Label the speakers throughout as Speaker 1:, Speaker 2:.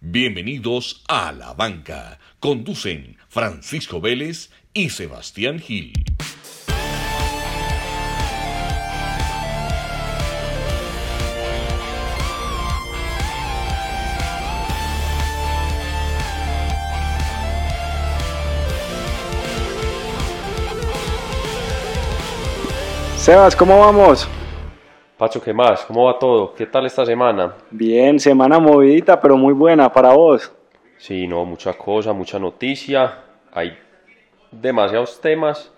Speaker 1: Bienvenidos a La Banca. Conducen Francisco Vélez y Sebastián Gil.
Speaker 2: Sebas, ¿cómo vamos?
Speaker 3: Pacho, ¿qué más? ¿Cómo va todo? ¿Qué tal esta semana?
Speaker 2: Bien, semana movidita, pero muy buena para vos.
Speaker 3: Sí, no, mucha cosa, mucha noticia. Hay demasiados temas.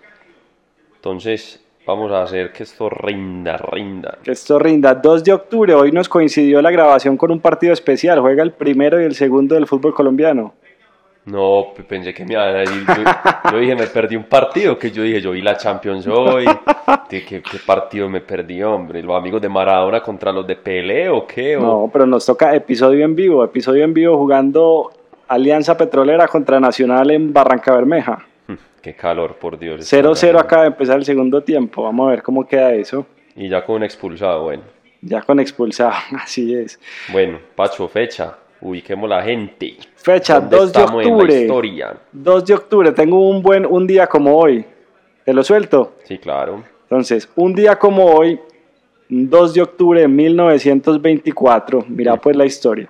Speaker 3: Entonces, vamos a hacer que esto rinda, rinda.
Speaker 2: Que esto rinda. 2 de octubre, hoy nos coincidió la grabación con un partido especial. Juega el primero y el segundo del fútbol colombiano.
Speaker 3: No, p- pensé que me iban a decir. Yo, yo dije, me perdí un partido. Que yo dije, yo vi la Champions hoy. De ¿Qué, qué partido me perdí, hombre? ¿Los amigos de Maradona contra los de Pelé o qué? O-
Speaker 2: No, pero nos toca episodio en vivo, episodio en vivo jugando Alianza Petrolera contra Nacional en Barranca Bermeja.
Speaker 3: Mm, Qué calor, por Dios.
Speaker 2: 0-0 acaba de empezar el segundo tiempo. Vamos a ver cómo queda eso.
Speaker 3: Y ya con un expulsado, bueno.
Speaker 2: Ya con expulsado, así es.
Speaker 3: Bueno, Pacho, fecha. Ubiquemos la gente.
Speaker 2: Fecha,
Speaker 3: ¿Dónde
Speaker 2: 2 de
Speaker 3: estamos en la
Speaker 2: octubre.
Speaker 3: historia?
Speaker 2: 2 de octubre, tengo un buen un día como hoy. Te lo suelto.
Speaker 3: Sí, claro.
Speaker 2: Entonces, un día como hoy, 2 de octubre de 1924, mira pues la historia.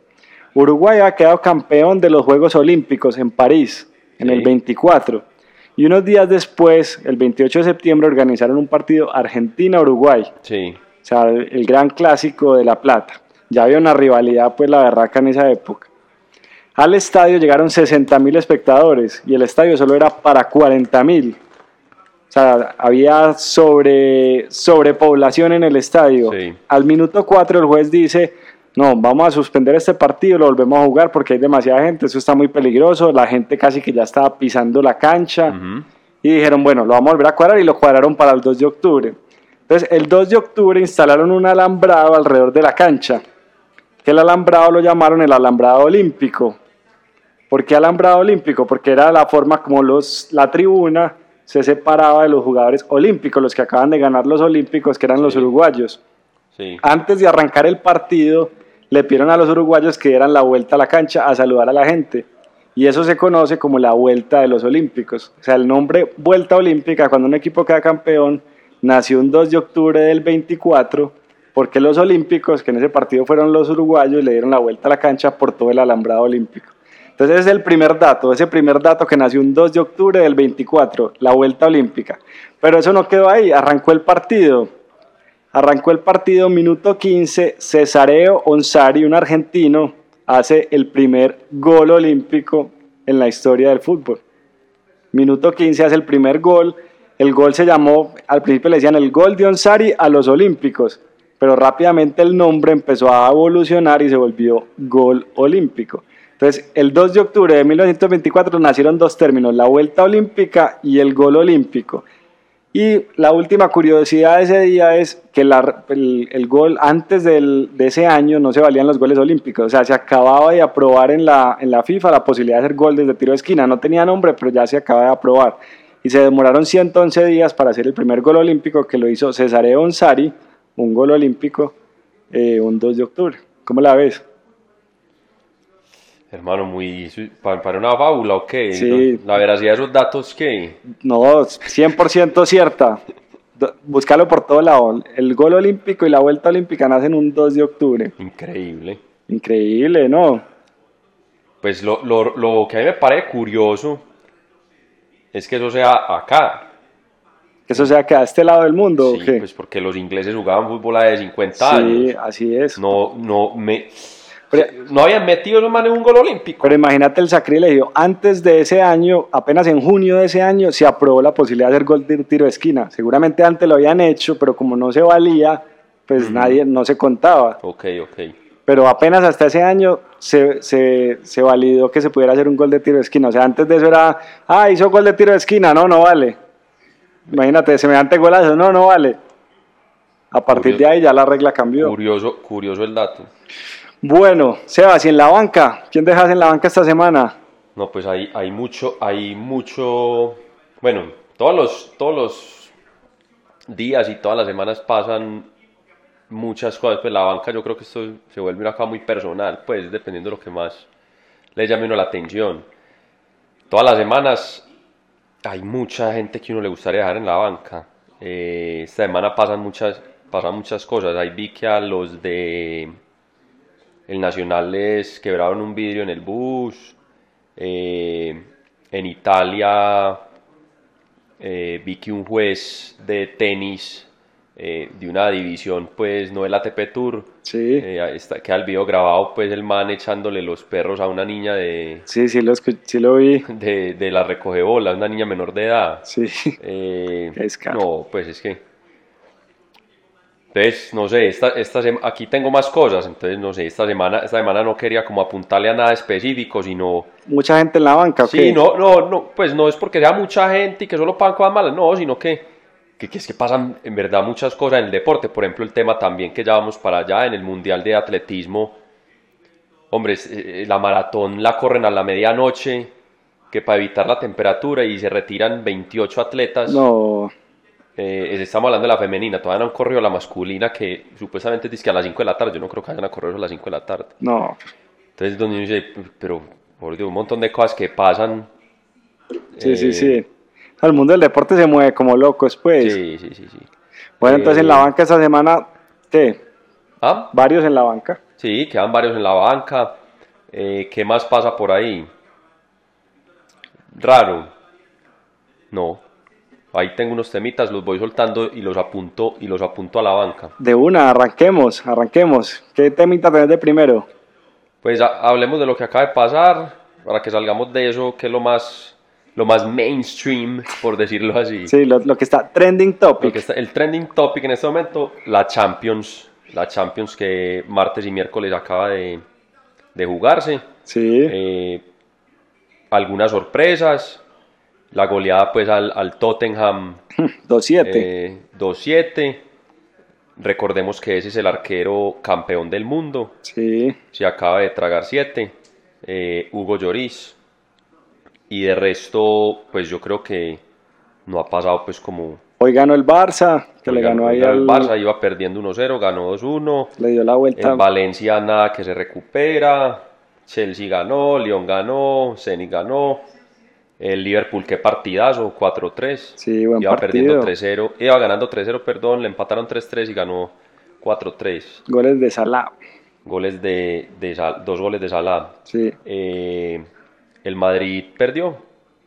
Speaker 2: Uruguay ha quedado campeón de los Juegos Olímpicos en París en
Speaker 3: Sí.
Speaker 2: el 24. Y unos días después, el 28 de septiembre, organizaron un partido Argentina-Uruguay,
Speaker 3: Sí.
Speaker 2: o sea, el, el gran clásico de La Plata. Ya había una rivalidad, pues la berraca en esa época. Al estadio llegaron 60.000 espectadores y el estadio solo era para 40.000. O sea, había sobre, sobrepoblación en el estadio.
Speaker 3: Sí.
Speaker 2: Al minuto 4 el juez dice, no, vamos a suspender este partido, lo volvemos a jugar porque hay demasiada gente, eso está muy peligroso, la gente casi que ya estaba pisando la cancha.
Speaker 3: Ujú.
Speaker 2: Y dijeron, bueno, lo vamos a volver a cuadrar y lo cuadraron para el 2 de octubre. Entonces, el 2 de octubre instalaron un alambrado alrededor de la cancha, que el alambrado lo llamaron el alambrado olímpico. ¿Por qué alambrado olímpico? Porque era la forma como los, la tribuna se separaba de los jugadores olímpicos, los que acaban de ganar los olímpicos, que eran los
Speaker 3: Sí.
Speaker 2: uruguayos.
Speaker 3: Sí.
Speaker 2: Antes de arrancar el partido, le pidieron a los uruguayos que dieran la vuelta a la cancha a saludar a la gente. Y eso se conoce como la vuelta de los olímpicos. O sea, el nombre vuelta olímpica, cuando un equipo queda campeón, nació un 2 de octubre del 24, porque los olímpicos, que en ese partido fueron los uruguayos, le dieron la vuelta a la cancha por todo el alambrado olímpico. Entonces ese es el primer dato, ese primer dato que nació un 2 de octubre del 24, la vuelta olímpica. Pero eso no quedó ahí, arrancó el partido. Arrancó el partido, minuto 15, Cesareo Onsari, un argentino, hace el primer gol olímpico en la historia del fútbol. Minuto 15 hace el primer gol. El gol se llamó, al principio le decían el gol de Onsari a los Olímpicos, pero rápidamente el nombre empezó a evolucionar y se volvió gol olímpico. Entonces, el 2 de octubre de 1924 nacieron dos términos, la vuelta olímpica y el gol olímpico. Y la última curiosidad de ese día es que la- el, el gol antes del- de ese año no se valían los goles olímpicos. O sea, se acababa de aprobar en la, en la FIFA la posibilidad de hacer gol desde tiro de esquina. No tenía nombre, pero ya se acaba de aprobar. Y se demoraron 111 días para hacer el primer gol olímpico que lo hizo Cesare Onsari, un gol olímpico, eh, un 2 de octubre. ¿Cómo la ves?
Speaker 3: Hermano, muy. pa- Para una fábula, ¿o qué?
Speaker 2: Sí.
Speaker 3: La veracidad de esos datos, ¿qué?
Speaker 2: No, 100% cierta. Do- Búscalo por todo lado. El gol olímpico y la vuelta olímpica nacen un 2 de octubre.
Speaker 3: Increíble.
Speaker 2: Increíble, ¿no?
Speaker 3: Pues lo, lo- lo que a mí me parece curioso es que eso sea acá.
Speaker 2: Que eso sea que a este lado del mundo.
Speaker 3: Sí,
Speaker 2: ¿o qué?
Speaker 3: pues porque los ingleses jugaban fútbol a de 50
Speaker 2: Sí,
Speaker 3: años.
Speaker 2: así es.
Speaker 3: No, no, me.
Speaker 2: Pero-
Speaker 3: no habían metido esos manes un gol olímpico.
Speaker 2: Pero imagínate el sacrilegio. Antes de ese año, apenas en junio de ese año, se aprobó la posibilidad de hacer gol de tiro de esquina. Seguramente antes lo habían hecho, pero como no se valía, pues nadie, no se contaba.
Speaker 3: Ok, ok.
Speaker 2: Pero apenas hasta ese año se, se- se validó que se pudiera hacer un gol de tiro de esquina. O sea, antes de eso era, ah, hizo gol de tiro de esquina, no, no vale. Imagínate, semejante golazo, no, no vale. A partir de
Speaker 3: Curioso.
Speaker 2: ahí ya la regla cambió.
Speaker 3: Curioso, curioso el dato.
Speaker 2: Bueno, Sebas, y en la banca, ¿quién dejas en la banca esta semana?
Speaker 3: No, pues hay, hay mucho, hay mucho. Bueno, todos los, todos los días y todas las semanas pasan muchas cosas. Pues la banca, yo creo que esto se vuelve una cosa muy personal, pues dependiendo de lo que más le llame uno la atención. Todas las semanas hay mucha gente que uno le gustaría dejar en la banca. Eh, esta semana pasan muchas, pasan muchas cosas. Ahí vi que a los de el Nacional les quebraron un vidrio en el bus. Eh, en Italia eh, vi que un juez de tenis eh, de una división, pues no el ATP Tour,
Speaker 2: Sí,
Speaker 3: eh, ahí está, queda el video grabado, pues el man echándole los perros a una niña de,
Speaker 2: sí, sí lo, escu- sí lo vi.
Speaker 3: de, de la recogebola, una niña menor de edad.
Speaker 2: Sí,
Speaker 3: Eh,
Speaker 2: Qué descaro.
Speaker 3: no, pues es que. Entonces, no sé, esta, esta sema- aquí tengo más cosas, entonces no sé, esta semana, esta semana no quería como apuntarle a nada específico, sino
Speaker 2: mucha gente en la banca, ¿ok?
Speaker 3: Sí, no, no, no, pues no es porque sea mucha gente y que solo pagan cosas malas, no, sino que, que, que es que pasan en verdad muchas cosas en el deporte. Por ejemplo, el tema también que ya vamos para allá en el Mundial de Atletismo. Hombre, es- eh, la maratón la corren a la medianoche, que para evitar la temperatura y se retiran 28 atletas.
Speaker 2: No,
Speaker 3: Eh, es- estamos hablando de la femenina, todavía no han corrido la masculina que supuestamente dice que a las 5 de la tarde, yo no creo que vayan a correr a las 5 de la tarde.
Speaker 2: no.
Speaker 3: Entonces, donde uno dice, "P- pero, por Dios, un montón de cosas que pasan.
Speaker 2: Sí, sí,
Speaker 3: eh,
Speaker 2: sí. El mundo del deporte se mueve como locos, pues.
Speaker 3: Sí, sí, sí, sí.
Speaker 2: Bueno, entonces en la
Speaker 3: Eh,
Speaker 2: banca esta semana, ¿qué?
Speaker 3: Ah,
Speaker 2: Varios en la banca.
Speaker 3: sí, quedan varios en la banca. Eh, ¿qué más pasa por ahí? Raro. No. Ahí tengo unos temitas, los voy soltando y los apunto y los apunto a la banca.
Speaker 2: De una, arranquemos, arranquemos. ¿Qué temita tenés de primero?
Speaker 3: Pues ha- hablemos de lo que acaba de pasar, para que salgamos de eso, que es lo más, lo más mainstream, por decirlo así.
Speaker 2: Sí, lo, lo que está trending
Speaker 3: Lo que
Speaker 2: topic.
Speaker 3: está- el trending topic en este momento, la Champions. La Champions que martes y miércoles acaba de, de jugarse.
Speaker 2: Sí,
Speaker 3: Eh, algunas sorpresas. La goleada pues al, al Tottenham
Speaker 2: 2-7.
Speaker 3: eh, 2-7. Recordemos que ese es el arquero campeón del mundo.
Speaker 2: sí,
Speaker 3: Se acaba de tragar 7. Hugo Lloris. Y de resto, pues yo creo que no ha pasado pues como
Speaker 2: hoy ganó el Barça, que
Speaker 3: Hoy
Speaker 2: le ganó
Speaker 3: hoy
Speaker 2: ahí
Speaker 3: el
Speaker 2: al
Speaker 3: Barça, iba perdiendo 1-0, ganó 2-1.
Speaker 2: Le dio la vuelta.
Speaker 3: El Valencia nada que se recupera. Chelsea ganó, Lyon ganó, Zenit ganó. El Liverpool, qué partidazo, 4-3.
Speaker 2: Sí, buen
Speaker 3: iba
Speaker 2: partido.
Speaker 3: perdiendo 3-0, iba ganando 3-0, perdón, le empataron 3-3 y ganó 4-3.
Speaker 2: Goles de Salah.
Speaker 3: Goles de, de Sal- dos goles de Salah.
Speaker 2: Sí,
Speaker 3: Eh, el Madrid perdió,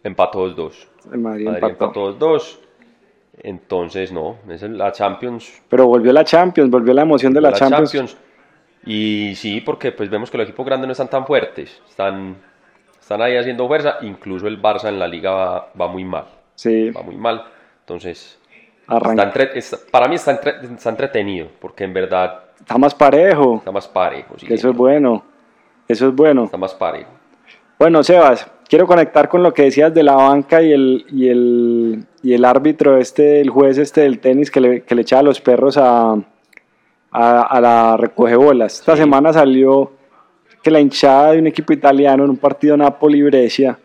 Speaker 3: empató 2-2.
Speaker 2: el Madrid,
Speaker 3: Madrid
Speaker 2: empató.
Speaker 3: empató 2-2. Entonces, no, es la Champions
Speaker 2: Pero volvió la Champions, volvió la emoción de la,
Speaker 3: la
Speaker 2: Champions.
Speaker 3: Champions. Y sí, porque pues vemos que los equipos grandes no están tan fuertes, están, están ahí haciendo fuerza, incluso el Barça en la liga va, va muy mal,
Speaker 2: Sí,
Speaker 3: va muy mal. Entonces, está
Speaker 2: arranca.
Speaker 3: entre- está- para mí está, entre- está entretenido, porque en verdad
Speaker 2: Está más parejo.
Speaker 3: está más parejo, sí,
Speaker 2: que eso es bueno. Eso es bueno.
Speaker 3: está más parejo.
Speaker 2: Bueno, Sebas, quiero conectar con lo que decías de la banca y el, y el, y el árbitro, este, el juez este del tenis que le, que le echaba los perros a, a, a la recogebolas. Esta
Speaker 3: Sí.
Speaker 2: semana salió que la hinchada de un equipo italiano en un partido Napoli-Brescia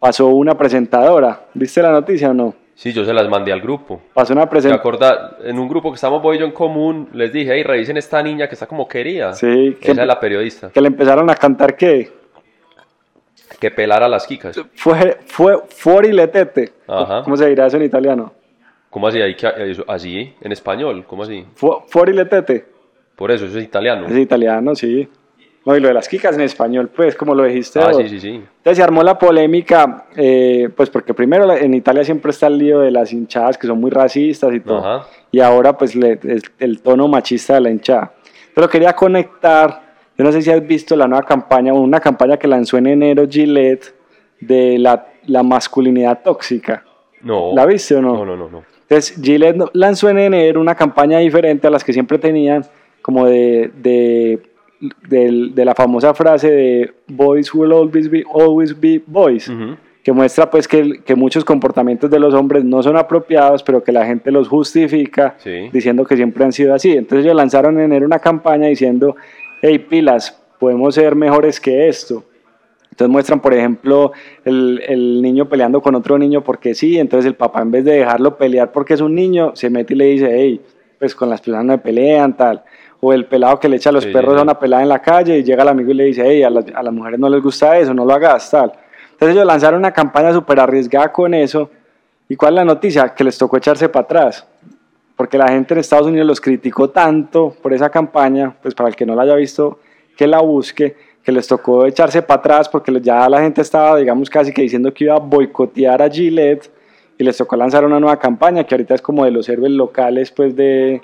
Speaker 2: pasó una presentadora. ¿Viste la noticia o no?
Speaker 3: Sí, yo se las mandé al grupo.
Speaker 2: Pasó una
Speaker 3: ¿Te
Speaker 2: presentadora.
Speaker 3: acuerdas? En un grupo que estamos vos y yo en común, les dije, hey, revisen esta niña que está como querida.
Speaker 2: Sí, que,
Speaker 3: Esa es la periodista.
Speaker 2: que le empezaron a cantar que
Speaker 3: Que pelara a las quicas.
Speaker 2: fue, fue fuori le tete.
Speaker 3: Ajá.
Speaker 2: ¿Cómo se dirá eso en italiano?
Speaker 3: ¿Cómo así? Ahí que- eso- ¿Así? ¿En español? ¿Cómo así?
Speaker 2: Fu- Fuori le tete.
Speaker 3: Por eso, eso es italiano.
Speaker 2: Es italiano, sí. No, y lo de las quicas en español, pues, como lo dijiste.
Speaker 3: Ah,
Speaker 2: vos.
Speaker 3: sí, sí, sí.
Speaker 2: Entonces se armó la polémica, eh, pues porque primero la- en Italia siempre está el lío de las hinchadas que son muy racistas y todo.
Speaker 3: Ajá.
Speaker 2: Y ahora pues le- el, el tono machista de la hinchada. Pero quería conectar, yo no sé si has visto la nueva campaña, o una campaña que lanzó en enero Gillette de la, la masculinidad tóxica.
Speaker 3: No.
Speaker 2: ¿La viste o
Speaker 3: Oh, No, no, no, no.
Speaker 2: entonces, Gillette lanzó en enero una campaña diferente a las que siempre tenían, como de, de, del- de la famosa frase de Boys will always be, always be boys,
Speaker 3: Ujú.
Speaker 2: que muestra pues que, el- que muchos comportamientos de los hombres no son apropiados, pero que la gente los justifica
Speaker 3: Sí.
Speaker 2: diciendo que siempre han sido así. Entonces ellos lanzaron en enero una campaña diciendo, hey pilas, podemos ser mejores que esto. Entonces muestran, por ejemplo, el, el niño peleando con otro niño porque sí, entonces el papá en vez de dejarlo pelear porque es un niño, se mete y le dice, hey, pues con las personas no me pelean, tal. o el pelado que le echa a los
Speaker 3: Sí,
Speaker 2: perros
Speaker 3: sí,
Speaker 2: a
Speaker 3: sí.
Speaker 2: una pelada en la calle y llega el amigo y le dice, hey, a las, a las mujeres no les gusta eso, no lo hagas, tal. Entonces ellos lanzaron una campaña súper arriesgada con eso. ¿Y cuál es la noticia? Que les tocó echarse para atrás. Porque la gente en Estados Unidos los criticó tanto por esa campaña, pues para el que no la haya visto, que la busque, que les tocó echarse para atrás porque ya la gente estaba, digamos, casi que diciendo que iba a boicotear a Gillette y les tocó lanzar una nueva campaña que ahorita es como de los héroes locales pues de,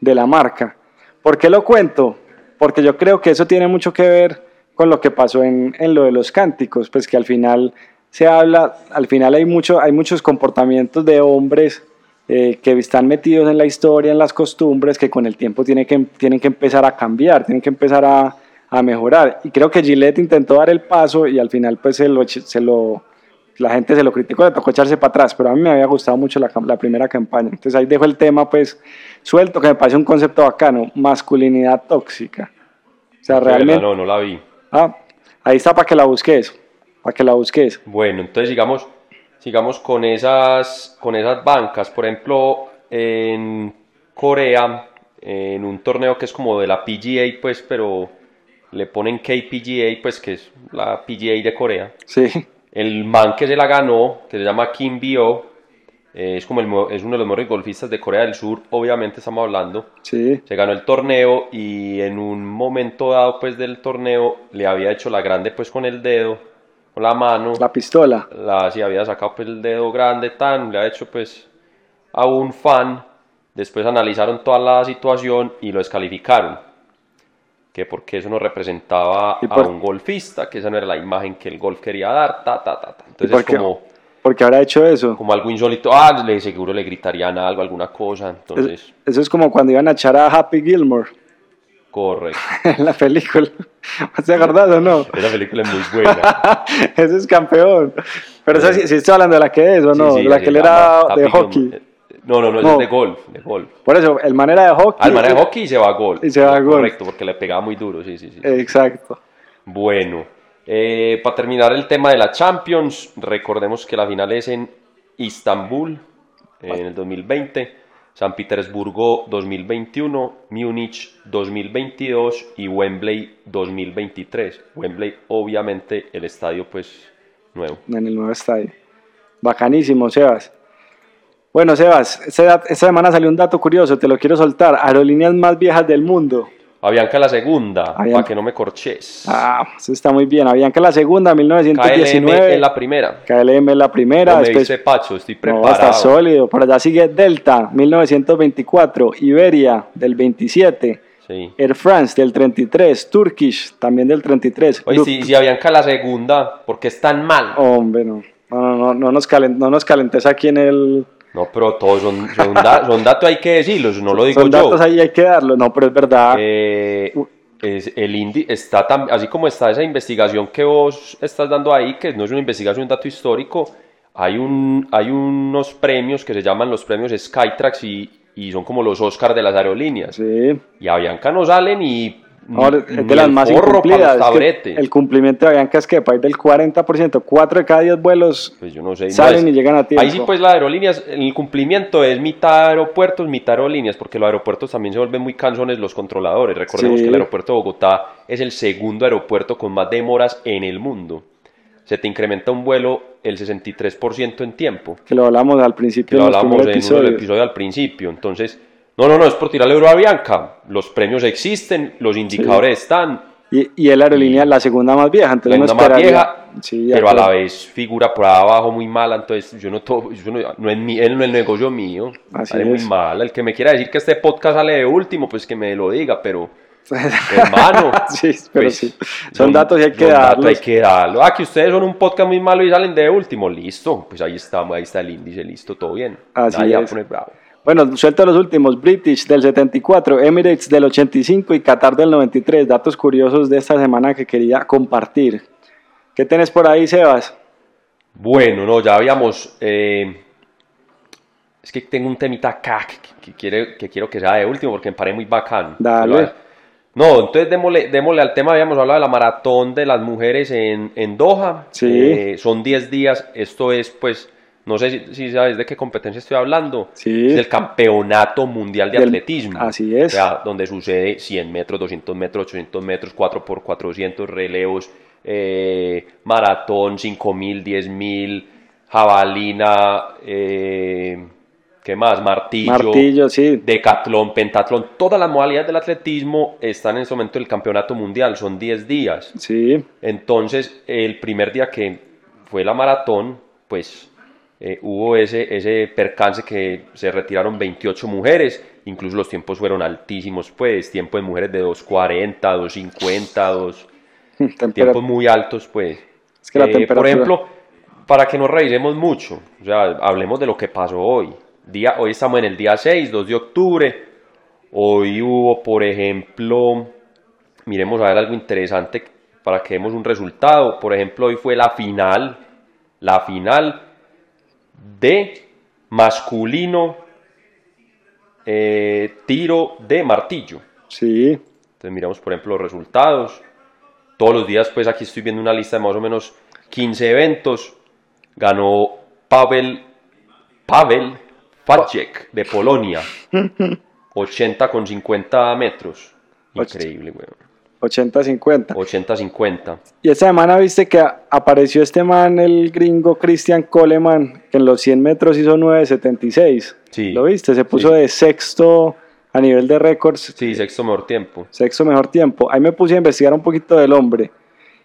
Speaker 2: de la marca. ¿Por qué lo cuento? Porque yo creo que eso tiene mucho que ver con lo que pasó en, en lo de los cánticos, pues que al final se habla, al final hay, mucho, hay muchos comportamientos de hombres eh, que están metidos en la historia, en las costumbres, que con el tiempo tienen que, tienen que empezar a cambiar, tienen que empezar a, a mejorar. Y creo que Gillette intentó dar el paso y al final pues se lo, eche- se lo, la gente se lo criticó, le tocó echarse para atrás, pero a mí me había gustado mucho la, cam- la primera campaña. Entonces ahí dejo el tema pues suelto, que me parece un concepto bacano, masculinidad tóxica. O sea,
Speaker 3: De verdad,
Speaker 2: realmente...
Speaker 3: No, no la vi.
Speaker 2: Ah, ahí está para que la busques, para que la busques.
Speaker 3: Bueno, entonces sigamos, sigamos con esas, con esas bancas. Por ejemplo, en Corea, en un torneo que es como de la PGA, pues, pero le ponen KPGA, pues, que es la PGA de Corea.
Speaker 2: Sí,
Speaker 3: El man que se la ganó, que se llama Kim Bio, eh, es como el mo- es uno de los mejores golfistas de Corea del Sur, obviamente estamos hablando.
Speaker 2: sí,
Speaker 3: Se ganó el torneo y en un momento dado, pues, del torneo, le había hecho la grande, pues, con el dedo, con la mano
Speaker 2: la pistola.
Speaker 3: la, si había sacado pues, el dedo grande, tan, le ha hecho pues a un fan. Después analizaron toda la situación y lo descalificaron. Que porque eso no representaba
Speaker 2: ¿Y
Speaker 3: a
Speaker 2: por-
Speaker 3: un golfista, que esa no era la imagen que el golf quería dar, ta, ta, ta, ta.
Speaker 2: ¿Y
Speaker 3: Entonces,
Speaker 2: por qué,
Speaker 3: como,
Speaker 2: por qué habrá hecho eso?
Speaker 3: como algo insólito, ah, le, seguro le gritarían algo, alguna cosa. Entonces,
Speaker 2: Es- Eso es como cuando iban a echar a Happy Gilmore
Speaker 3: correcto.
Speaker 2: en la película. ¿Te acordás o no?
Speaker 3: Esa película es muy buena.
Speaker 2: Ese es campeón. Pero eso sí, sí estoy hablando de la que es o no,
Speaker 3: Sí, sí,
Speaker 2: de la
Speaker 3: así
Speaker 2: que él
Speaker 3: se
Speaker 2: era
Speaker 3: llama,
Speaker 2: de
Speaker 3: Happy
Speaker 2: hockey.
Speaker 3: Gilmore. No, no, no, esa
Speaker 2: No.
Speaker 3: es de golf, de golf.
Speaker 2: Por eso, el man era de hockey.
Speaker 3: Al manejo hockey y se va a gol.
Speaker 2: Y se va a gol.
Speaker 3: Correcto, porque le pegaba muy duro, sí, sí, sí.
Speaker 2: Exacto.
Speaker 3: Bueno, eh, para terminar el tema de la Champions, recordemos que la final es en Istambul eh, en el 2020, San Petersburgo 2021, Múnich 2022 y Wembley 2023. Wembley, obviamente, el estadio pues nuevo.
Speaker 2: en el nuevo estadio. Bacanísimo, Sebas. Bueno, Sebas, este dat- esta semana salió un dato curioso, te lo quiero soltar. Aerolíneas más viejas del mundo.
Speaker 3: Avianca la segunda,
Speaker 2: Avianca.
Speaker 3: para que no me corches.
Speaker 2: Ah, eso está muy bien. Avianca la segunda,
Speaker 3: KLM
Speaker 2: 1919.
Speaker 3: es la primera.
Speaker 2: KLM es la primera.
Speaker 3: No me
Speaker 2: después-
Speaker 3: dice Pacho, estoy
Speaker 2: No,
Speaker 3: preparado.
Speaker 2: está sólido. Por allá sigue Delta, 1924. Iberia, del 27.
Speaker 3: Sí.
Speaker 2: Air France, del 33. Turkish, también del 33.
Speaker 3: Oye, si, si Avianca la segunda, ¿por qué es tan mal?
Speaker 2: Hombre, no. No, no, no, no nos calen- no nos calentes aquí en el...
Speaker 3: No, pero todos son, son, da- son datos, hay que decirlos, no lo digo
Speaker 2: Son
Speaker 3: yo.
Speaker 2: datos ahí, hay Uh. que darlo. No, pero es verdad.
Speaker 3: Eh, es- el indi está tam- así como está esa investigación que vos estás dando ahí, que no es una investigación, un dato histórico, hay, un, hay unos premios que se llaman los premios Skytrax y, y son como los Oscars de las aerolíneas.
Speaker 2: Sí.
Speaker 3: Y a Bianca no salen y
Speaker 2: Ahora,
Speaker 3: ni-
Speaker 2: es
Speaker 3: ni
Speaker 2: de las
Speaker 3: el
Speaker 2: más
Speaker 3: forro para los
Speaker 2: incumplidas. es que
Speaker 3: taburetes.
Speaker 2: el cumplimiento de Avianca es que país del 40%, 4 de cada 10 vuelos
Speaker 3: Pues yo no sé. no
Speaker 2: salen
Speaker 3: es-
Speaker 2: y llegan a tiempo.
Speaker 3: Ahí sí, pues la aerolíneas, el cumplimiento es mitad aeropuertos, mitad aerolíneas, porque los aeropuertos también se vuelven muy cansones los controladores. Recordemos
Speaker 2: Sí.
Speaker 3: que el aeropuerto de Bogotá es el segundo aeropuerto con más demoras en el mundo. Se te incrementa un vuelo el 63% en tiempo,
Speaker 2: Que lo hablamos al
Speaker 3: que
Speaker 2: principio
Speaker 3: lo
Speaker 2: en los
Speaker 3: hablábamos en
Speaker 2: primeros
Speaker 3: uno de los
Speaker 2: episodios.
Speaker 3: episodios al principio. Entonces, no, no, no, es por tirar el euro a Bianca. Los premios existen, los indicadores están,
Speaker 2: Y, y es la aerolínea, la segunda más vieja. Entonces
Speaker 3: Mm. la
Speaker 2: uno
Speaker 3: onda más
Speaker 2: esperaría-
Speaker 3: vieja,
Speaker 2: Sí,
Speaker 3: pero a
Speaker 2: ya-
Speaker 3: la vez figura por abajo muy mala, entonces yo no to- yo no, no es mi- él no es negocio mío,
Speaker 2: Así
Speaker 3: sale
Speaker 2: es.
Speaker 3: muy mala. El que me quiera decir que este podcast sale de último, pues que me lo diga, pero hermano,
Speaker 2: Sí, pero
Speaker 3: pues,
Speaker 2: sí. Son datos y hay que
Speaker 3: son datos,
Speaker 2: darlos.
Speaker 3: hay que darlo. Ah, que ustedes son un podcast muy malo y salen de último, listo, pues ahí estamos, ahí está el índice, listo, todo bien.
Speaker 2: Así
Speaker 3: Nadie va a
Speaker 2: es.
Speaker 3: poner bravo.
Speaker 2: Bueno, suelta los últimos. British del 74, Emirates del 85 y Qatar del 93. Datos curiosos de esta semana que quería compartir. ¿Qué tenés por ahí, Sebas?
Speaker 3: Bueno, no, ya habíamos. eh, es que tengo un temita acá que, que quiere, que quiero que sea de último porque me parece muy bacán.
Speaker 2: Dale.
Speaker 3: Pero, No, entonces démosle, démosle al tema. Habíamos hablado de la maratón de las mujeres en, en Doha.
Speaker 2: Sí.
Speaker 3: Eh, son 10 días. Esto es, pues, No sé si, si sabes de qué competencia estoy hablando.
Speaker 2: Sí.
Speaker 3: Es el Campeonato Mundial de
Speaker 2: Del-
Speaker 3: Atletismo.
Speaker 2: así es.
Speaker 3: O sea, donde sucede 100 metros, 200 metros, 800 metros, 4x400, relevos, eh, maratón, 5000, 10000, jabalina, eh, ¿qué más? Martillo.
Speaker 2: Martillo, sí.
Speaker 3: Decatlón, pentatlón, todas las modalidades del atletismo están en este momento en el campeonato mundial, son 10 días.
Speaker 2: Sí,
Speaker 3: Entonces, el primer día que fue la maratón, pues eh, hubo ese, ese percance que se retiraron 28 mujeres, incluso los tiempos fueron altísimos, pues tiempo de mujeres de 2.40, 2.50, 2,
Speaker 2: tempera-
Speaker 3: tiempos muy altos, pues.
Speaker 2: Es que la
Speaker 3: por
Speaker 2: temperatura-
Speaker 3: ejemplo, para que no revisemos mucho, o sea, hablemos de lo que pasó hoy. Día, hoy estamos en el día 6, 2 de octubre. Hoy hubo, por ejemplo, miremos a ver algo interesante para que demos un resultado. Por ejemplo, hoy fue la final, la final de masculino eh, tiro de martillo.
Speaker 2: sí.
Speaker 3: Entonces miramos, por ejemplo, los resultados. Todos los días, pues aquí estoy viendo una lista de más o menos 15 eventos. Ganó Pavel, Pavel Fajek de Polonia. 80 con 50 metros. Increíble, weón.
Speaker 2: 80-50.
Speaker 3: 80-50.
Speaker 2: Y esta semana viste que a- apareció este man, el gringo Christian Coleman, que en los 100 metros hizo 9.76.
Speaker 3: Sí.
Speaker 2: ¿Lo viste? Se puso
Speaker 3: Sí.
Speaker 2: de sexto a nivel de récords,
Speaker 3: Sí, sexto mejor tiempo.
Speaker 2: sexto mejor tiempo. Ahí me puse a investigar un poquito del hombre.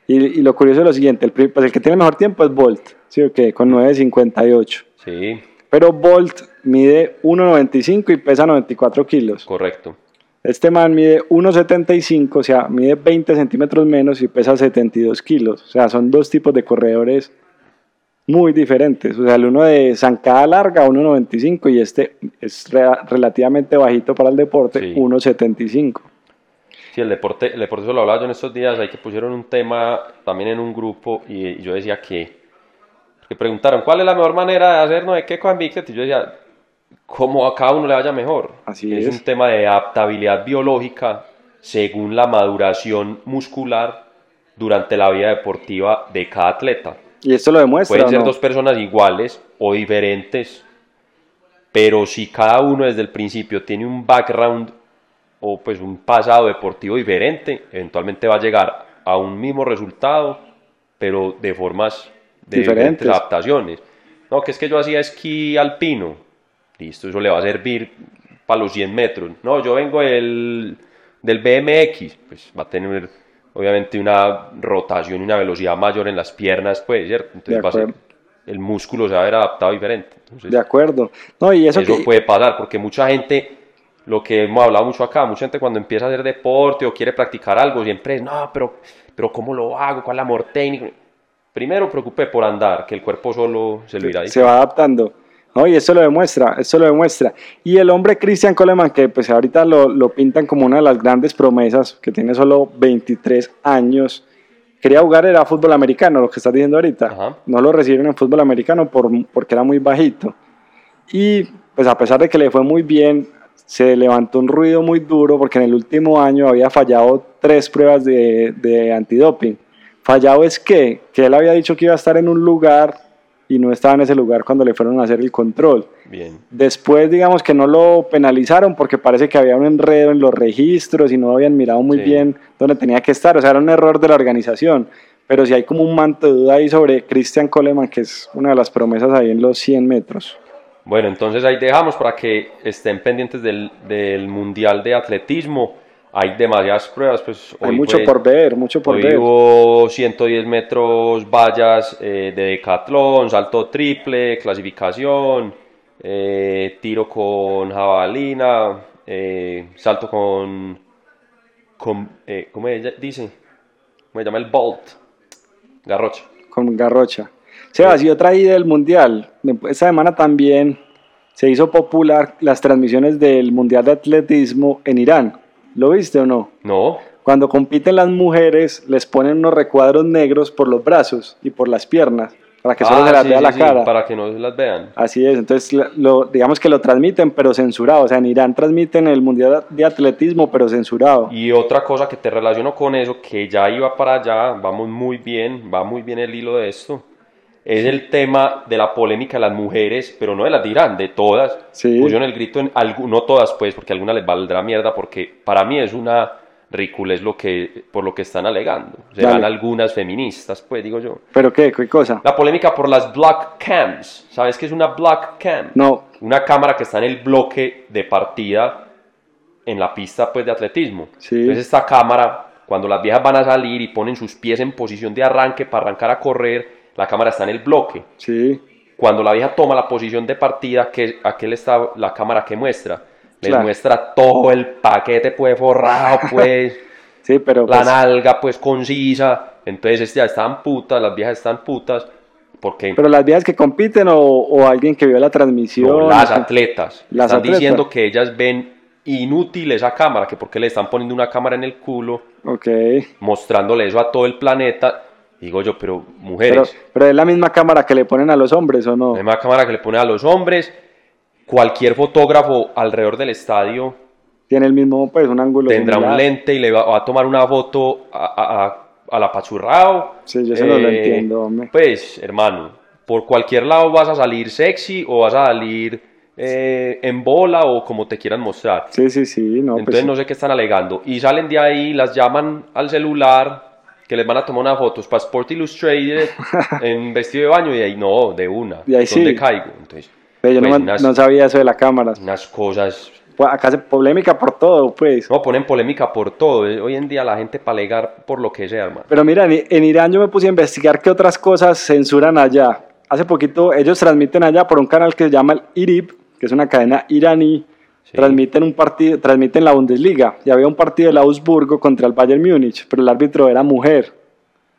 Speaker 2: Y, y lo curioso es lo siguiente, el, pri- pues el que tiene el mejor tiempo es Bolt, ¿sí o qué? Con 9.58.
Speaker 3: Sí,
Speaker 2: Pero Bolt mide 1.95 y pesa 94 kilos.
Speaker 3: correcto.
Speaker 2: Este man mide 1,75, o sea, mide 20 centímetros menos y pesa 72 kilos. O sea, son dos tipos de corredores muy diferentes. O sea, el uno de zancada larga, 1,95, y este es re- relativamente bajito para el deporte,
Speaker 3: Sí.
Speaker 2: 1,75.
Speaker 3: Sí, el deporte, el deporte se lo hablaba yo en estos días, ahí que pusieron un tema también en un grupo y, y yo decía que, que preguntaron, ¿cuál es la mejor manera de hacernos de qué con bicicleta? Y yo decía, como a cada uno le vaya mejor.
Speaker 2: Así
Speaker 3: es.
Speaker 2: es.
Speaker 3: un tema de adaptabilidad biológica según la maduración muscular durante la vida deportiva de cada atleta.
Speaker 2: Y esto lo demuestra.
Speaker 3: Pueden
Speaker 2: ¿o
Speaker 3: ser
Speaker 2: no?
Speaker 3: dos personas iguales o diferentes, pero si cada uno desde el principio tiene un background o pues un pasado deportivo diferente, eventualmente va a llegar a un mismo resultado, pero de formas de diferentes,
Speaker 2: Diferentes.
Speaker 3: adaptaciones. No, que es que yo hacía esquí alpino, listo, eso le va a servir para los 100 metros. No, yo vengo del, del BMX, pues va a tener obviamente una rotación y una velocidad mayor en las piernas, pues, ¿cierto? Entonces
Speaker 2: De
Speaker 3: va a ser,
Speaker 2: acuerdo.
Speaker 3: el músculo se va a haber adaptado diferente. Entonces,
Speaker 2: De acuerdo. No, y eso,
Speaker 3: pues, eso
Speaker 2: que-
Speaker 3: puede pasar, porque mucha gente, lo que hemos hablado mucho acá, mucha gente cuando empieza a hacer deporte o quiere practicar algo, siempre es, no, pero, pero ¿cómo lo hago? ¿Cuál es la mejor técnica? Primero preocupe por andar, que el cuerpo solo se lo irá
Speaker 2: se va adaptando. ¿no? Y eso lo demuestra, eso lo demuestra. Y el hombre Christian Coleman, que pues ahorita lo, lo pintan como una de las grandes promesas, que tiene solo 23 años, quería jugar era fútbol americano, lo que estás diciendo ahorita.
Speaker 3: Ajá.
Speaker 2: No lo recibieron en fútbol americano por, porque era muy bajito. Y pues a pesar de que le fue muy bien, se levantó un ruido muy duro porque en el último año había fallado tres pruebas de, de antidoping. Fallado es que, que él había dicho que iba a estar en un lugar y no estaba en ese lugar cuando le fueron a hacer el control.
Speaker 3: bien.
Speaker 2: Después digamos que no lo penalizaron porque parece que había un enredo en los registros y no habían mirado muy
Speaker 3: Sí.
Speaker 2: bien dónde tenía que estar. O sea, era un error de la organización. Pero sí hay como un manto de duda ahí sobre Christian Coleman, que es una de las promesas ahí en los 100 metros.
Speaker 3: Bueno, entonces ahí dejamos para que estén pendientes del, del Mundial de Atletismo. Hay demasiadas pruebas, pues
Speaker 2: Hay
Speaker 3: hoy
Speaker 2: mucho
Speaker 3: fue-
Speaker 2: por ver, mucho por
Speaker 3: Hoy
Speaker 2: ver.
Speaker 3: hubo 110 metros vallas eh, de decatlón, salto triple, clasificación, eh, tiro con jabalina, eh, salto con... con eh, ¿Cómo ella dice? ¿Cómo se llama el bolt? Garrocha.
Speaker 2: con Garrocha. Sebas, y otra idea del Mundial. Esta semana también se hizo popular las transmisiones del Mundial de Atletismo en Irán. ¿Lo viste o no?
Speaker 3: No,
Speaker 2: Cuando compiten las mujeres, les ponen unos recuadros negros por los brazos y por las piernas, para que solo
Speaker 3: Ah,
Speaker 2: se las
Speaker 3: sí,
Speaker 2: vea
Speaker 3: sí,
Speaker 2: la
Speaker 3: sí,
Speaker 2: cara.
Speaker 3: para que no se las vean.
Speaker 2: Así es, entonces la- lo, digamos que lo transmiten, pero censurado. O sea, en Irán transmiten el Mundial de Atletismo, pero censurado.
Speaker 3: Y otra cosa que te relaciono con eso, que ya iba para allá, vamos muy bien, va muy bien el hilo de esto, es el tema de la polémica de las mujeres, pero no de las de Irán, de todas.
Speaker 2: Sí.
Speaker 3: Pusieron el grito en algu- no todas, pues, porque algunas les valdrá mierda, porque para mí es una ridícula, es lo que, por lo que están alegando. Serán
Speaker 2: Dale.
Speaker 3: algunas feministas, pues, digo yo.
Speaker 2: ¿Pero qué? ¿Qué cosa?
Speaker 3: La polémica por las black cams. ¿Sabes qué es una black cam?
Speaker 2: No.
Speaker 3: Una cámara que está en el bloque de partida en la pista pues, de atletismo.
Speaker 2: Sí.
Speaker 3: Entonces esta cámara, cuando las viejas van a salir y ponen sus pies en posición de arranque para arrancar a correr, la cámara está en el bloque.
Speaker 2: Sí.
Speaker 3: Cuando la vieja toma la posición de partida, ¿qué, ¿a qué le está la cámara que muestra? Les
Speaker 2: Claro.
Speaker 3: muestra todo el paquete pues forrado pues.
Speaker 2: Sí, pero
Speaker 3: la
Speaker 2: pues,
Speaker 3: nalga pues concisa. Entonces este, ya están putas, las viejas están putas. Porque
Speaker 2: pero las vías que compiten o, o alguien que vio la transmisión.
Speaker 3: No, las
Speaker 2: o sea,
Speaker 3: atletas
Speaker 2: Las
Speaker 3: están
Speaker 2: atletas.
Speaker 3: diciendo que ellas ven inútil esa cámara, que porque le están poniendo una cámara en el culo,
Speaker 2: Ok.
Speaker 3: mostrándole eso a todo el planeta. Digo yo, pero
Speaker 2: Pero,
Speaker 3: mujeres,
Speaker 2: pero es la misma cámara que le ponen a los hombres o no.
Speaker 3: la misma cámara que le ponen a los hombres, cualquier fotógrafo alrededor del estadio
Speaker 2: Tiene el mismo, pues, un ángulo.
Speaker 3: tendrá un
Speaker 2: similar.
Speaker 3: lente y le va, va a tomar una foto a, a, a- al apachurrao.
Speaker 2: Sí, yo eso no
Speaker 3: Eh,
Speaker 2: lo entiendo, hombre.
Speaker 3: Pues, hermano, por cualquier lado vas a salir sexy o vas a salir eh, en bola o como te quieran mostrar.
Speaker 2: Sí, sí, sí. No,
Speaker 3: Entonces
Speaker 2: pues,
Speaker 3: no sé qué están alegando. Y salen de ahí, las llaman al celular, que les van a tomar unas fotos para Sport Illustrated en vestido de baño y ahí no, de una.
Speaker 2: Y ahí
Speaker 3: ¿Dónde
Speaker 2: sí.
Speaker 3: caigo? Entonces,
Speaker 2: pero yo no,
Speaker 3: pues,
Speaker 2: me-
Speaker 3: unas,
Speaker 2: no sabía eso de las cámaras.
Speaker 3: unas cosas...
Speaker 2: Pues, acá se polémica por todo, pues.
Speaker 3: No, ponen polémica por todo. Eh, Hoy en día la gente para alegar por lo que sea, hermano.
Speaker 2: Pero mira, en, en Irán yo me puse a investigar qué otras cosas censuran allá. Hace poquito ellos transmiten allá por un canal que se llama el IRIB, que es una cadena iraní.
Speaker 3: Sí.
Speaker 2: Transmiten un partido, transmiten la Bundesliga y había un partido del Augsburgo contra el Bayern Múnich, pero el árbitro era mujer.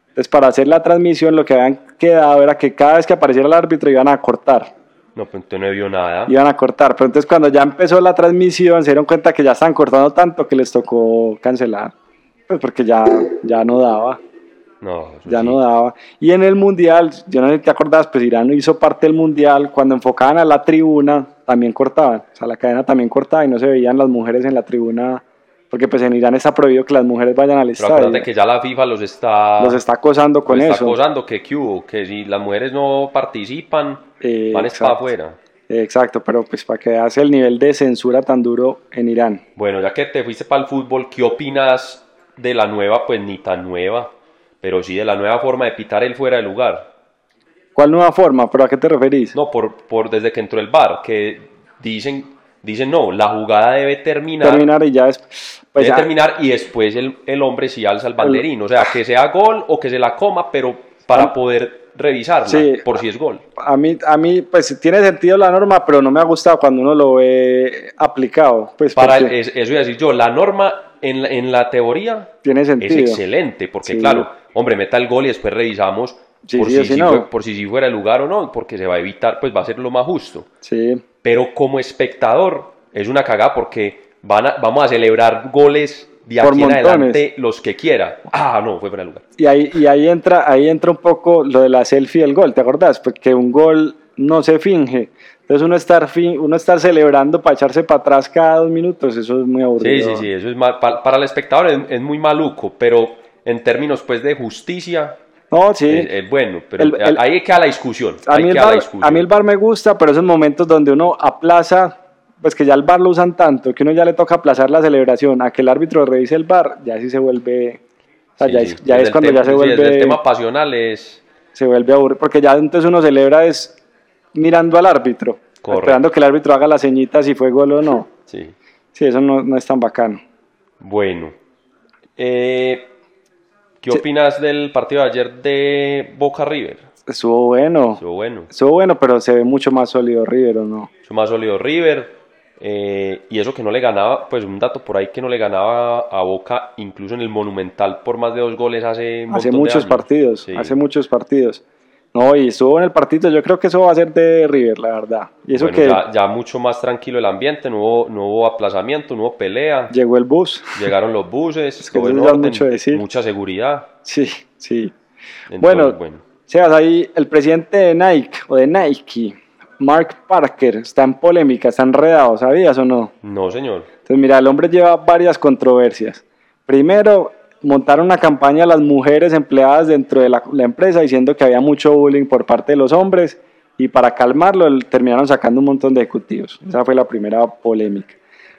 Speaker 2: Entonces para hacer la transmisión lo que habían quedado era que cada vez que apareciera el árbitro iban a cortar,
Speaker 3: No, pues entonces no vio nada.
Speaker 2: iban a cortar. Pero entonces cuando ya empezó la transmisión se dieron cuenta que ya estaban cortando tanto que les tocó cancelar, pues porque ya, ya no daba
Speaker 3: No, eso
Speaker 2: ya
Speaker 3: Pues sí.
Speaker 2: no daba. Y en el mundial, yo no sé si te acordás, pues Irán hizo parte del mundial, cuando enfocaban a la tribuna, también cortaban, o sea, la cadena también cortaba y no se veían las mujeres en la tribuna, porque pues en Irán está prohibido que las mujeres vayan al
Speaker 3: Pero acuérdate
Speaker 2: estadio.
Speaker 3: que ya la FIFA los está...
Speaker 2: Los está acosando
Speaker 3: los
Speaker 2: con
Speaker 3: está
Speaker 2: eso.
Speaker 3: acosando, que, que hubo, que si las mujeres no participan,
Speaker 2: Eh,
Speaker 3: van es para
Speaker 2: exacto.
Speaker 3: afuera.
Speaker 2: Exacto, pero pues para que veas el nivel de censura tan duro en Irán.
Speaker 3: Bueno, ya que te fuiste para el fútbol, ¿qué opinas de la nueva, pues ni tan nueva, pero sí de la nueva forma de pitar el fuera de lugar?
Speaker 2: ¿Cuál nueva forma? ¿Pero a qué te referís?
Speaker 3: No, por, por desde que entró el VAR, que dicen, dicen no, la jugada debe terminar,
Speaker 2: Terminar y ya es... Pues,
Speaker 3: debe
Speaker 2: ah,
Speaker 3: terminar y después el, el hombre sí alza el banderín, o sea, que sea gol o que se la coma, pero para poder revisarla,
Speaker 2: Sí.
Speaker 3: por si es gol.
Speaker 2: A mí, a mí, pues tiene sentido la norma, pero no me ha gustado cuando uno lo ve aplicado. Pues
Speaker 3: Para el-
Speaker 2: porque
Speaker 3: es- eso iba a decir yo, la norma en la, en la teoría
Speaker 2: tiene sentido.
Speaker 3: es excelente, porque
Speaker 2: Sí.
Speaker 3: claro, hombre, meta el gol y después revisamos
Speaker 2: Sí,
Speaker 3: por,
Speaker 2: sí
Speaker 3: si,
Speaker 2: o si
Speaker 3: sí
Speaker 2: no.
Speaker 3: fue- por si sí fuera el lugar o no, porque se va a evitar, pues va a ser lo más justo.
Speaker 2: Sí,
Speaker 3: Pero como espectador es una cagada porque van a- vamos a celebrar goles de
Speaker 2: Por
Speaker 3: aquí en
Speaker 2: montones.
Speaker 3: adelante los que quiera. Ah, no, fue fuera de lugar.
Speaker 2: y ahí, y ahí entra, ahí entra un poco lo de la selfie del gol, ¿te acordás? Porque un gol no se finge. Entonces uno estar, fin- uno estar celebrando para echarse para atrás cada dos minutos, eso es muy
Speaker 3: Sí,
Speaker 2: aburrido.
Speaker 3: sí, sí, eso es mal, pa- para el espectador es, es muy maluco, pero en términos pues de justicia
Speaker 2: No, sí.
Speaker 3: es, es bueno, pero
Speaker 2: El- el-
Speaker 3: ahí queda la discusión.
Speaker 2: a,
Speaker 3: ahí
Speaker 2: mí el
Speaker 3: queda la
Speaker 2: bar,
Speaker 3: discusión.
Speaker 2: a mí el bar me gusta, pero esos momentos donde uno aplaza, pues que ya el bar lo usan tanto, que uno ya le toca aplazar la celebración, a que el árbitro revise el bar, ya sí se vuelve... O sea,
Speaker 3: Sí,
Speaker 2: ya,
Speaker 3: sí.
Speaker 2: es- ya
Speaker 3: Desde
Speaker 2: es
Speaker 3: el
Speaker 2: cuando
Speaker 3: tema-
Speaker 2: ya se
Speaker 3: sí,
Speaker 2: vuelve...
Speaker 3: desde el tema pasional es...
Speaker 2: se vuelve aburrido, porque ya entonces uno celebra es mirando al árbitro,
Speaker 3: Correcto.
Speaker 2: esperando que el árbitro haga la ceñita si fue gol o no.
Speaker 3: Sí.
Speaker 2: Sí, eso no, no es tan bacano.
Speaker 3: Bueno. Eh, ¿Qué
Speaker 2: Sí.
Speaker 3: opinas del partido de ayer de Boca River?
Speaker 2: Estuvo bueno,
Speaker 3: Yo, bueno,
Speaker 2: estuvo bueno, pero se ve mucho más sólido River, ¿o no?
Speaker 3: yo más sólido River. eh, y eso que no le ganaba, pues un dato por ahí que no le ganaba a Boca, incluso en el Monumental, por más de dos goles hace un
Speaker 2: Hace
Speaker 3: montón de
Speaker 2: muchos
Speaker 3: años.
Speaker 2: partidos,
Speaker 3: Sí.
Speaker 2: hace muchos partidos. No, y estuvo en el partido, yo creo que eso va a ser de River, la verdad. Y eso
Speaker 3: Bueno,
Speaker 2: que
Speaker 3: ya, ya mucho más tranquilo el ambiente, no hubo, no hubo aplazamiento, no hubo pelea,
Speaker 2: llegó el bus,
Speaker 3: llegaron los buses,
Speaker 2: que
Speaker 3: todo en
Speaker 2: eso ya es
Speaker 3: orden,
Speaker 2: mucho decir.
Speaker 3: mucha seguridad.
Speaker 2: sí, sí.
Speaker 3: Entonces,
Speaker 2: Bueno.
Speaker 3: bueno.
Speaker 2: Sebas, ahí el presidente de Nike o de Nike, Mark Parker, está en polémica, está enredado, ¿sabías o no?
Speaker 3: No, señor.
Speaker 2: Entonces, mira, el hombre lleva varias controversias. Primero, montaron una campaña a las mujeres empleadas dentro de la, la empresa diciendo que había mucho bullying por parte de los hombres y para calmarlo el- terminaron sacando un montón de ejecutivos. Esa fue la primera polémica.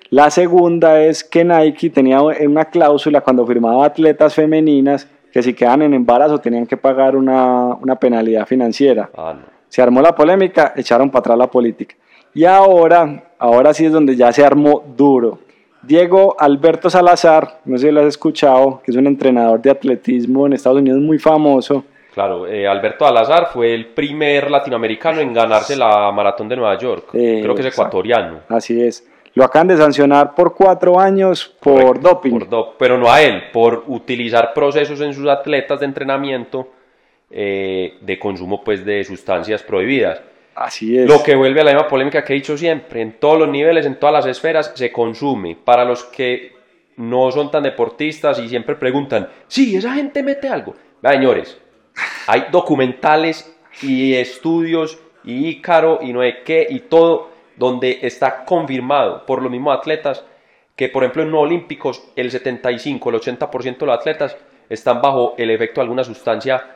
Speaker 2: La segunda es que Nike tenía una cláusula cuando firmaba atletas femeninas que si quedaban en embarazo tenían que pagar una, una penalidad financiera
Speaker 3: Ah, no.
Speaker 2: se armó la polémica, echaron para atrás la política. Y ahora, ahora sí es donde ya se armó duro. Diego Alberto Salazar, no sé si lo has escuchado, que es un entrenador de atletismo en Estados Unidos muy famoso.
Speaker 3: Claro, eh, Alberto Alazar fue el primer latinoamericano en ganarse la maratón de Nueva York.
Speaker 2: Eh,
Speaker 3: Creo que es
Speaker 2: exacto.
Speaker 3: ecuatoriano.
Speaker 2: Así es. Lo acaban de sancionar por cuatro años por
Speaker 3: Correcto,
Speaker 2: doping.
Speaker 3: por dop- pero no a él, por utilizar procesos en sus atletas de entrenamiento eh, de consumo pues de sustancias prohibidas.
Speaker 2: Así es.
Speaker 3: Lo que vuelve a la misma polémica que he dicho siempre, en todos los niveles, en todas las esferas, se consume. Para los que no son tan deportistas y siempre preguntan, sí, esa gente mete algo. Vea, señores, hay documentales y estudios y Ícaro y no sé qué y todo, donde está confirmado por los mismos atletas que, por ejemplo, en no olímpicos, el 75, el 80% de los atletas están bajo el efecto de alguna sustancia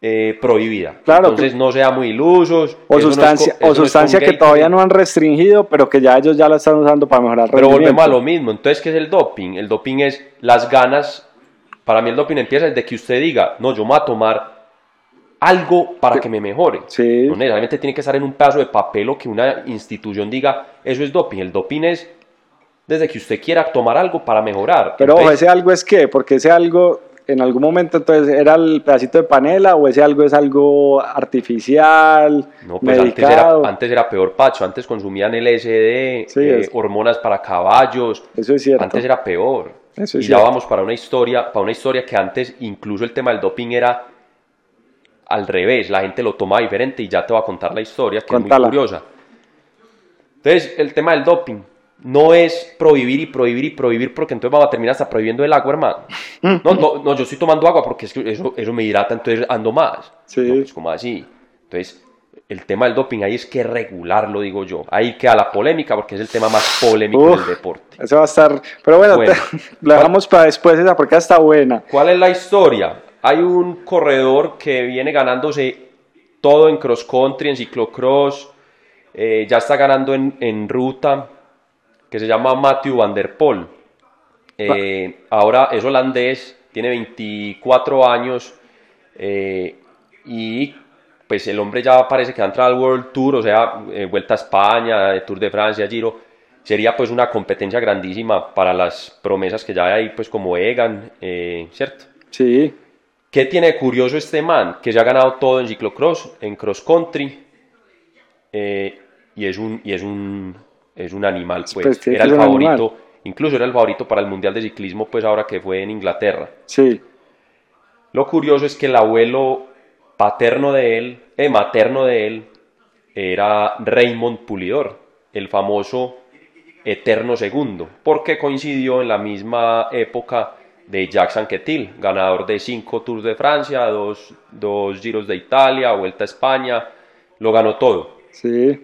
Speaker 3: eh, prohibida.
Speaker 2: Claro,
Speaker 3: Entonces, no sea muy ilusos,
Speaker 2: o
Speaker 3: eso no es
Speaker 2: sustancia,
Speaker 3: co- eso no
Speaker 2: o
Speaker 3: es con
Speaker 2: sustancia que
Speaker 3: Gatorade.
Speaker 2: todavía no han restringido, pero que ya ellos ya la están usando para mejorar el
Speaker 3: Pero volvemos a
Speaker 2: rendimiento.
Speaker 3: lo mismo. Entonces, ¿qué es el doping? El doping es las ganas. Para mí, el doping empieza desde que usted diga, no, yo me voy a tomar algo para que me mejore.
Speaker 2: Sí.
Speaker 3: No necesariamente tiene que estar en un pedazo de papel o que una institución diga, eso es doping. El doping es desde que usted quiera tomar algo para mejorar.
Speaker 2: Pero ojo,
Speaker 3: Entonces,
Speaker 2: ese algo es qué, porque ese algo en algún momento entonces era el pedacito de panela o ese algo es algo artificial,
Speaker 3: No, pues antes era,
Speaker 2: medicado.
Speaker 3: antes era peor, Pacho. Antes consumían LSD,
Speaker 2: Sí,
Speaker 3: eh,
Speaker 2: es-
Speaker 3: hormonas para caballos.
Speaker 2: Eso es cierto. Eh,
Speaker 3: Antes era peor.
Speaker 2: Eso es
Speaker 3: y ya
Speaker 2: cierto.
Speaker 3: vamos para una historia, para una historia que antes incluso el tema del doping era al revés, la gente lo tomaba diferente y ya te voy a contar la historia que es
Speaker 2: Contala.
Speaker 3: muy curiosa. Entonces, el tema del doping no es prohibir y prohibir y prohibir porque entonces vamos a terminar hasta prohibiendo el agua, hermano.
Speaker 2: Mm.
Speaker 3: No, no, no, yo estoy tomando agua porque es que eso, eso me hidrata, entonces ando más.
Speaker 2: Sí.
Speaker 3: No, pues, como así. Entonces, el tema del doping ahí es que regularlo, digo yo. Ahí queda la polémica porque es el tema más polémico
Speaker 2: Uf,
Speaker 3: del deporte.
Speaker 2: Eso va a estar. Pero bueno,
Speaker 3: Bueno.
Speaker 2: te- la dejamos para después esa porque está buena.
Speaker 3: ¿Cuál es la historia? Hay un corredor que viene ganándose todo en cross country, en ciclocross, eh, ya está ganando en, en ruta, que se llama Matthew Van Der Poel. Eh, ahora es holandés, tiene 24 años eh, y pues el hombre ya parece que va a entrar al World Tour, o sea, eh, Vuelta a España, eh, Tour de Francia, Giro. Sería pues una competencia grandísima para las promesas que ya hay ahí, pues como Egan, eh, ¿cierto?
Speaker 2: Sí,
Speaker 3: ¿Qué tiene de curioso este man? Que se ha ganado todo en ciclocross, en cross country. eh, y es un, y es un, es un animal, pues.
Speaker 2: Pues tiene
Speaker 3: era
Speaker 2: que
Speaker 3: el
Speaker 2: ser un animal.
Speaker 3: favorito. Incluso era el favorito para el Mundial de Ciclismo, pues ahora que fue en Inglaterra.
Speaker 2: sí.
Speaker 3: Lo curioso es que el abuelo paterno de él, eh, materno de él, era Raymond Pulidor, el famoso Eterno Segundo, porque coincidió en la misma época de Jacques Anquetil, ganador de cinco Tours de Francia, dos, dos Giros de Italia, Vuelta a España, lo ganó todo.
Speaker 2: Sí.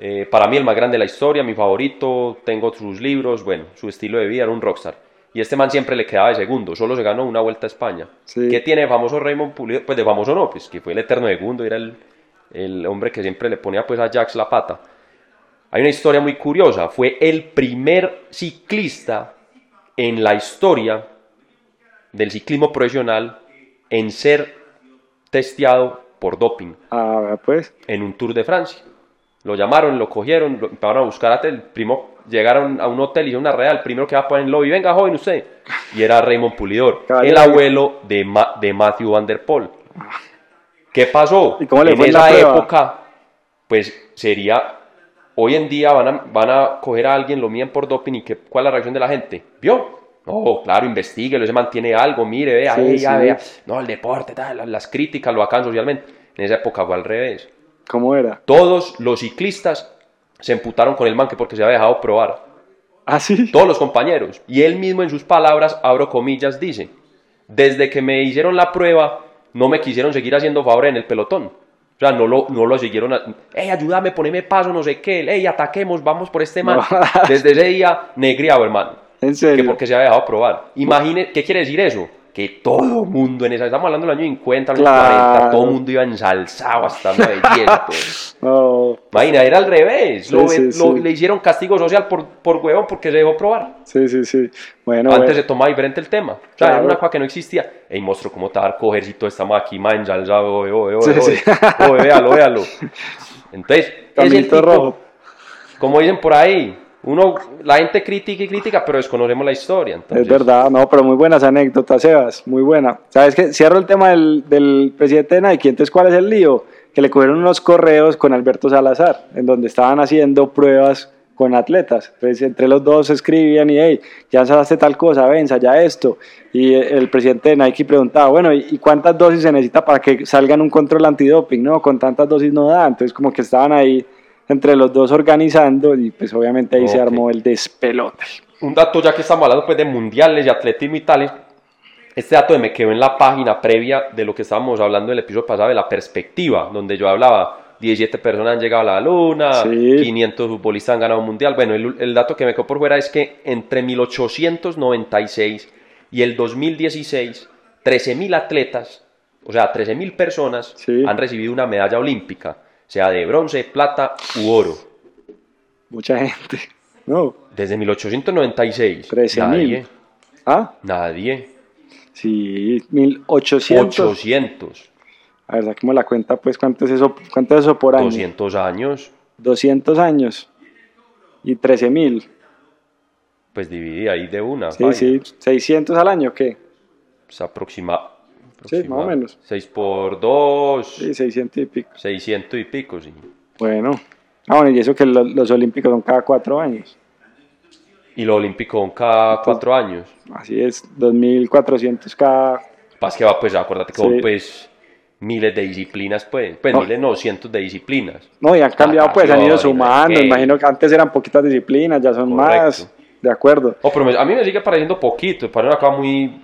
Speaker 3: Eh, para mí el más grande de la historia, mi favorito, tengo sus libros, bueno, su estilo de vida era un rockstar. Y este man siempre le quedaba de segundo, solo se ganó una vuelta a España.
Speaker 2: Sí.
Speaker 3: ¿Qué tiene de famoso Raymond Pulido? Pues de famoso no, pues que fue el eterno segundo, era el, el hombre que siempre le ponía pues a Jax la pata. Hay una historia muy curiosa, fue el primer ciclista en la historia del ciclismo profesional en ser testeado por doping
Speaker 2: Ah, vea, pues.
Speaker 3: en un Tour de Francia. Lo llamaron, lo cogieron, lo empezaron a buscar a el primo, llegaron a un hotel y dijeron una real, el primero que va a poner en lobby, venga joven usted. Y era Raymond Pulidor,
Speaker 2: Caballero.
Speaker 3: el abuelo de, Ma- de Matthew Van Der Poel. ¿Qué pasó?
Speaker 2: ¿Y cómo le
Speaker 3: en
Speaker 2: fue en la
Speaker 3: esa
Speaker 2: prueba?
Speaker 3: época, pues sería, hoy en día van a, van a coger a alguien, lo miden por doping y qué, cuál es la reacción de la gente. ¿Vio? No, claro, investigue, se mantiene algo, mire, vea,
Speaker 2: Sí,
Speaker 3: vea,
Speaker 2: sí.
Speaker 3: vea. No, el deporte, tal, las críticas lo acaban socialmente. En esa época fue al revés
Speaker 2: ¿Cómo era?
Speaker 3: todos los ciclistas se emputaron con el man que porque se había dejado probar.
Speaker 2: Ah, sí.
Speaker 3: Todos los compañeros. Y él mismo en sus palabras, abro comillas, dice, desde que me hicieron la prueba, no me quisieron seguir haciendo favor en el pelotón. O sea, no lo, no lo siguieron. a- Ey, ayúdame, poneme paso, no sé qué. Ey, ataquemos, vamos por este man.
Speaker 2: No.
Speaker 3: Desde ese día, negriado, hermano.
Speaker 2: En
Speaker 3: Que
Speaker 2: serio.
Speaker 3: porque se había dejado probar. Imagine, ¿qué quiere decir eso? que todo mundo en esa, estamos hablando del año 50, año
Speaker 2: Claro.
Speaker 3: 40, todo mundo iba ensalzado hasta de dientes.
Speaker 2: No,
Speaker 3: Imagina, era al revés.
Speaker 2: Sí,
Speaker 3: lo-
Speaker 2: sí,
Speaker 3: lo-
Speaker 2: sí.
Speaker 3: Le hicieron castigo social por, por huevón porque se dejó probar.
Speaker 2: sí, sí, sí. Bueno,
Speaker 3: Antes
Speaker 2: bueno.
Speaker 3: se tomaba diferente el tema. O sea,
Speaker 2: Claro.
Speaker 3: era una cosa que no existía. Ey, monstruo, ¿cómo te va a dar coger si todo está aquí, man? Ya, ya, oe, oe, oe,
Speaker 2: Sí,
Speaker 3: oe.
Speaker 2: sí.
Speaker 3: Oe, véalo, véalo. Entonces, es el
Speaker 2: Caminito
Speaker 3: tipo,
Speaker 2: rojo.
Speaker 3: como dicen por ahí, uno, la gente critica y critica, pero desconocemos la historia. Entonces,
Speaker 2: Es verdad, no, pero muy buenas anécdotas, Sebas, muy buena. ¿Sabes qué? Cierro el tema del, del presidente de Nike, entonces ¿cuál es el lío? Que le cogieron unos correos con Alberto Salazar, en donde estaban haciendo pruebas con atletas. Entonces, entre los dos escribían y, hey, ya ensalaste tal cosa, ven, ensaya esto. Y el presidente de Nike preguntaba, bueno, ¿y y cuántas dosis se necesita para que salgan un control antidoping? No, con tantas dosis no da. Entonces como que estaban ahí entre los dos organizando y pues obviamente ahí se
Speaker 3: Ok.
Speaker 2: armó el despelote.
Speaker 3: Un dato ya que estamos hablando pues, de mundiales y atletismo y tales, este dato me quedó en la página previa de lo que estábamos hablando en el episodio pasado de la perspectiva, donde yo hablaba 17 personas han llegado a la luna,
Speaker 2: Sí.
Speaker 3: 500 futbolistas han ganado un mundial. Bueno, el, el dato que me quedó por fuera es que entre 1896 y el 2016, 13.000 atletas, o sea, 13.000 personas
Speaker 2: Sí.
Speaker 3: han recibido una medalla olímpica, sea de bronce, plata u oro.
Speaker 2: Mucha gente. No.
Speaker 3: Desde 1896.
Speaker 2: 13.000.
Speaker 3: nadie,
Speaker 2: Ah,
Speaker 3: Nadie.
Speaker 2: sí, 1800.
Speaker 3: 800.
Speaker 2: A ver, saquemos la cuenta, pues, ¿cuánto es eso, cuánto es eso por año? 200,
Speaker 3: 200 años.
Speaker 2: años. Y 13 mil.
Speaker 3: Pues dividí ahí de una.
Speaker 2: Sí,
Speaker 3: vaya.
Speaker 2: sí. 600 al año, ¿qué?
Speaker 3: Es aproxima,
Speaker 2: Sí, más o menos.
Speaker 3: 6 por 2.
Speaker 2: Sí, 600 y pico.
Speaker 3: 600 y pico, sí.
Speaker 2: Bueno. Ah, bueno, y eso que lo- los olímpicos son cada cuatro años.
Speaker 3: Y lo olímpico son cada 4 años.
Speaker 2: Así es, 2.400 cada...
Speaker 3: Pasa que va, pues acuérdate que
Speaker 2: Sí.
Speaker 3: son pues miles de disciplinas, pues. Pues
Speaker 2: No.
Speaker 3: miles no, cientos de disciplinas.
Speaker 2: No, y han cambiado, pues, han ido
Speaker 3: Natación,
Speaker 2: sumando.
Speaker 3: skate.
Speaker 2: Imagino que antes eran poquitas disciplinas, ya son más.
Speaker 3: Correcto.
Speaker 2: De acuerdo.
Speaker 3: Oh, pero me- a mí me sigue pareciendo poquito, para una cosa muy,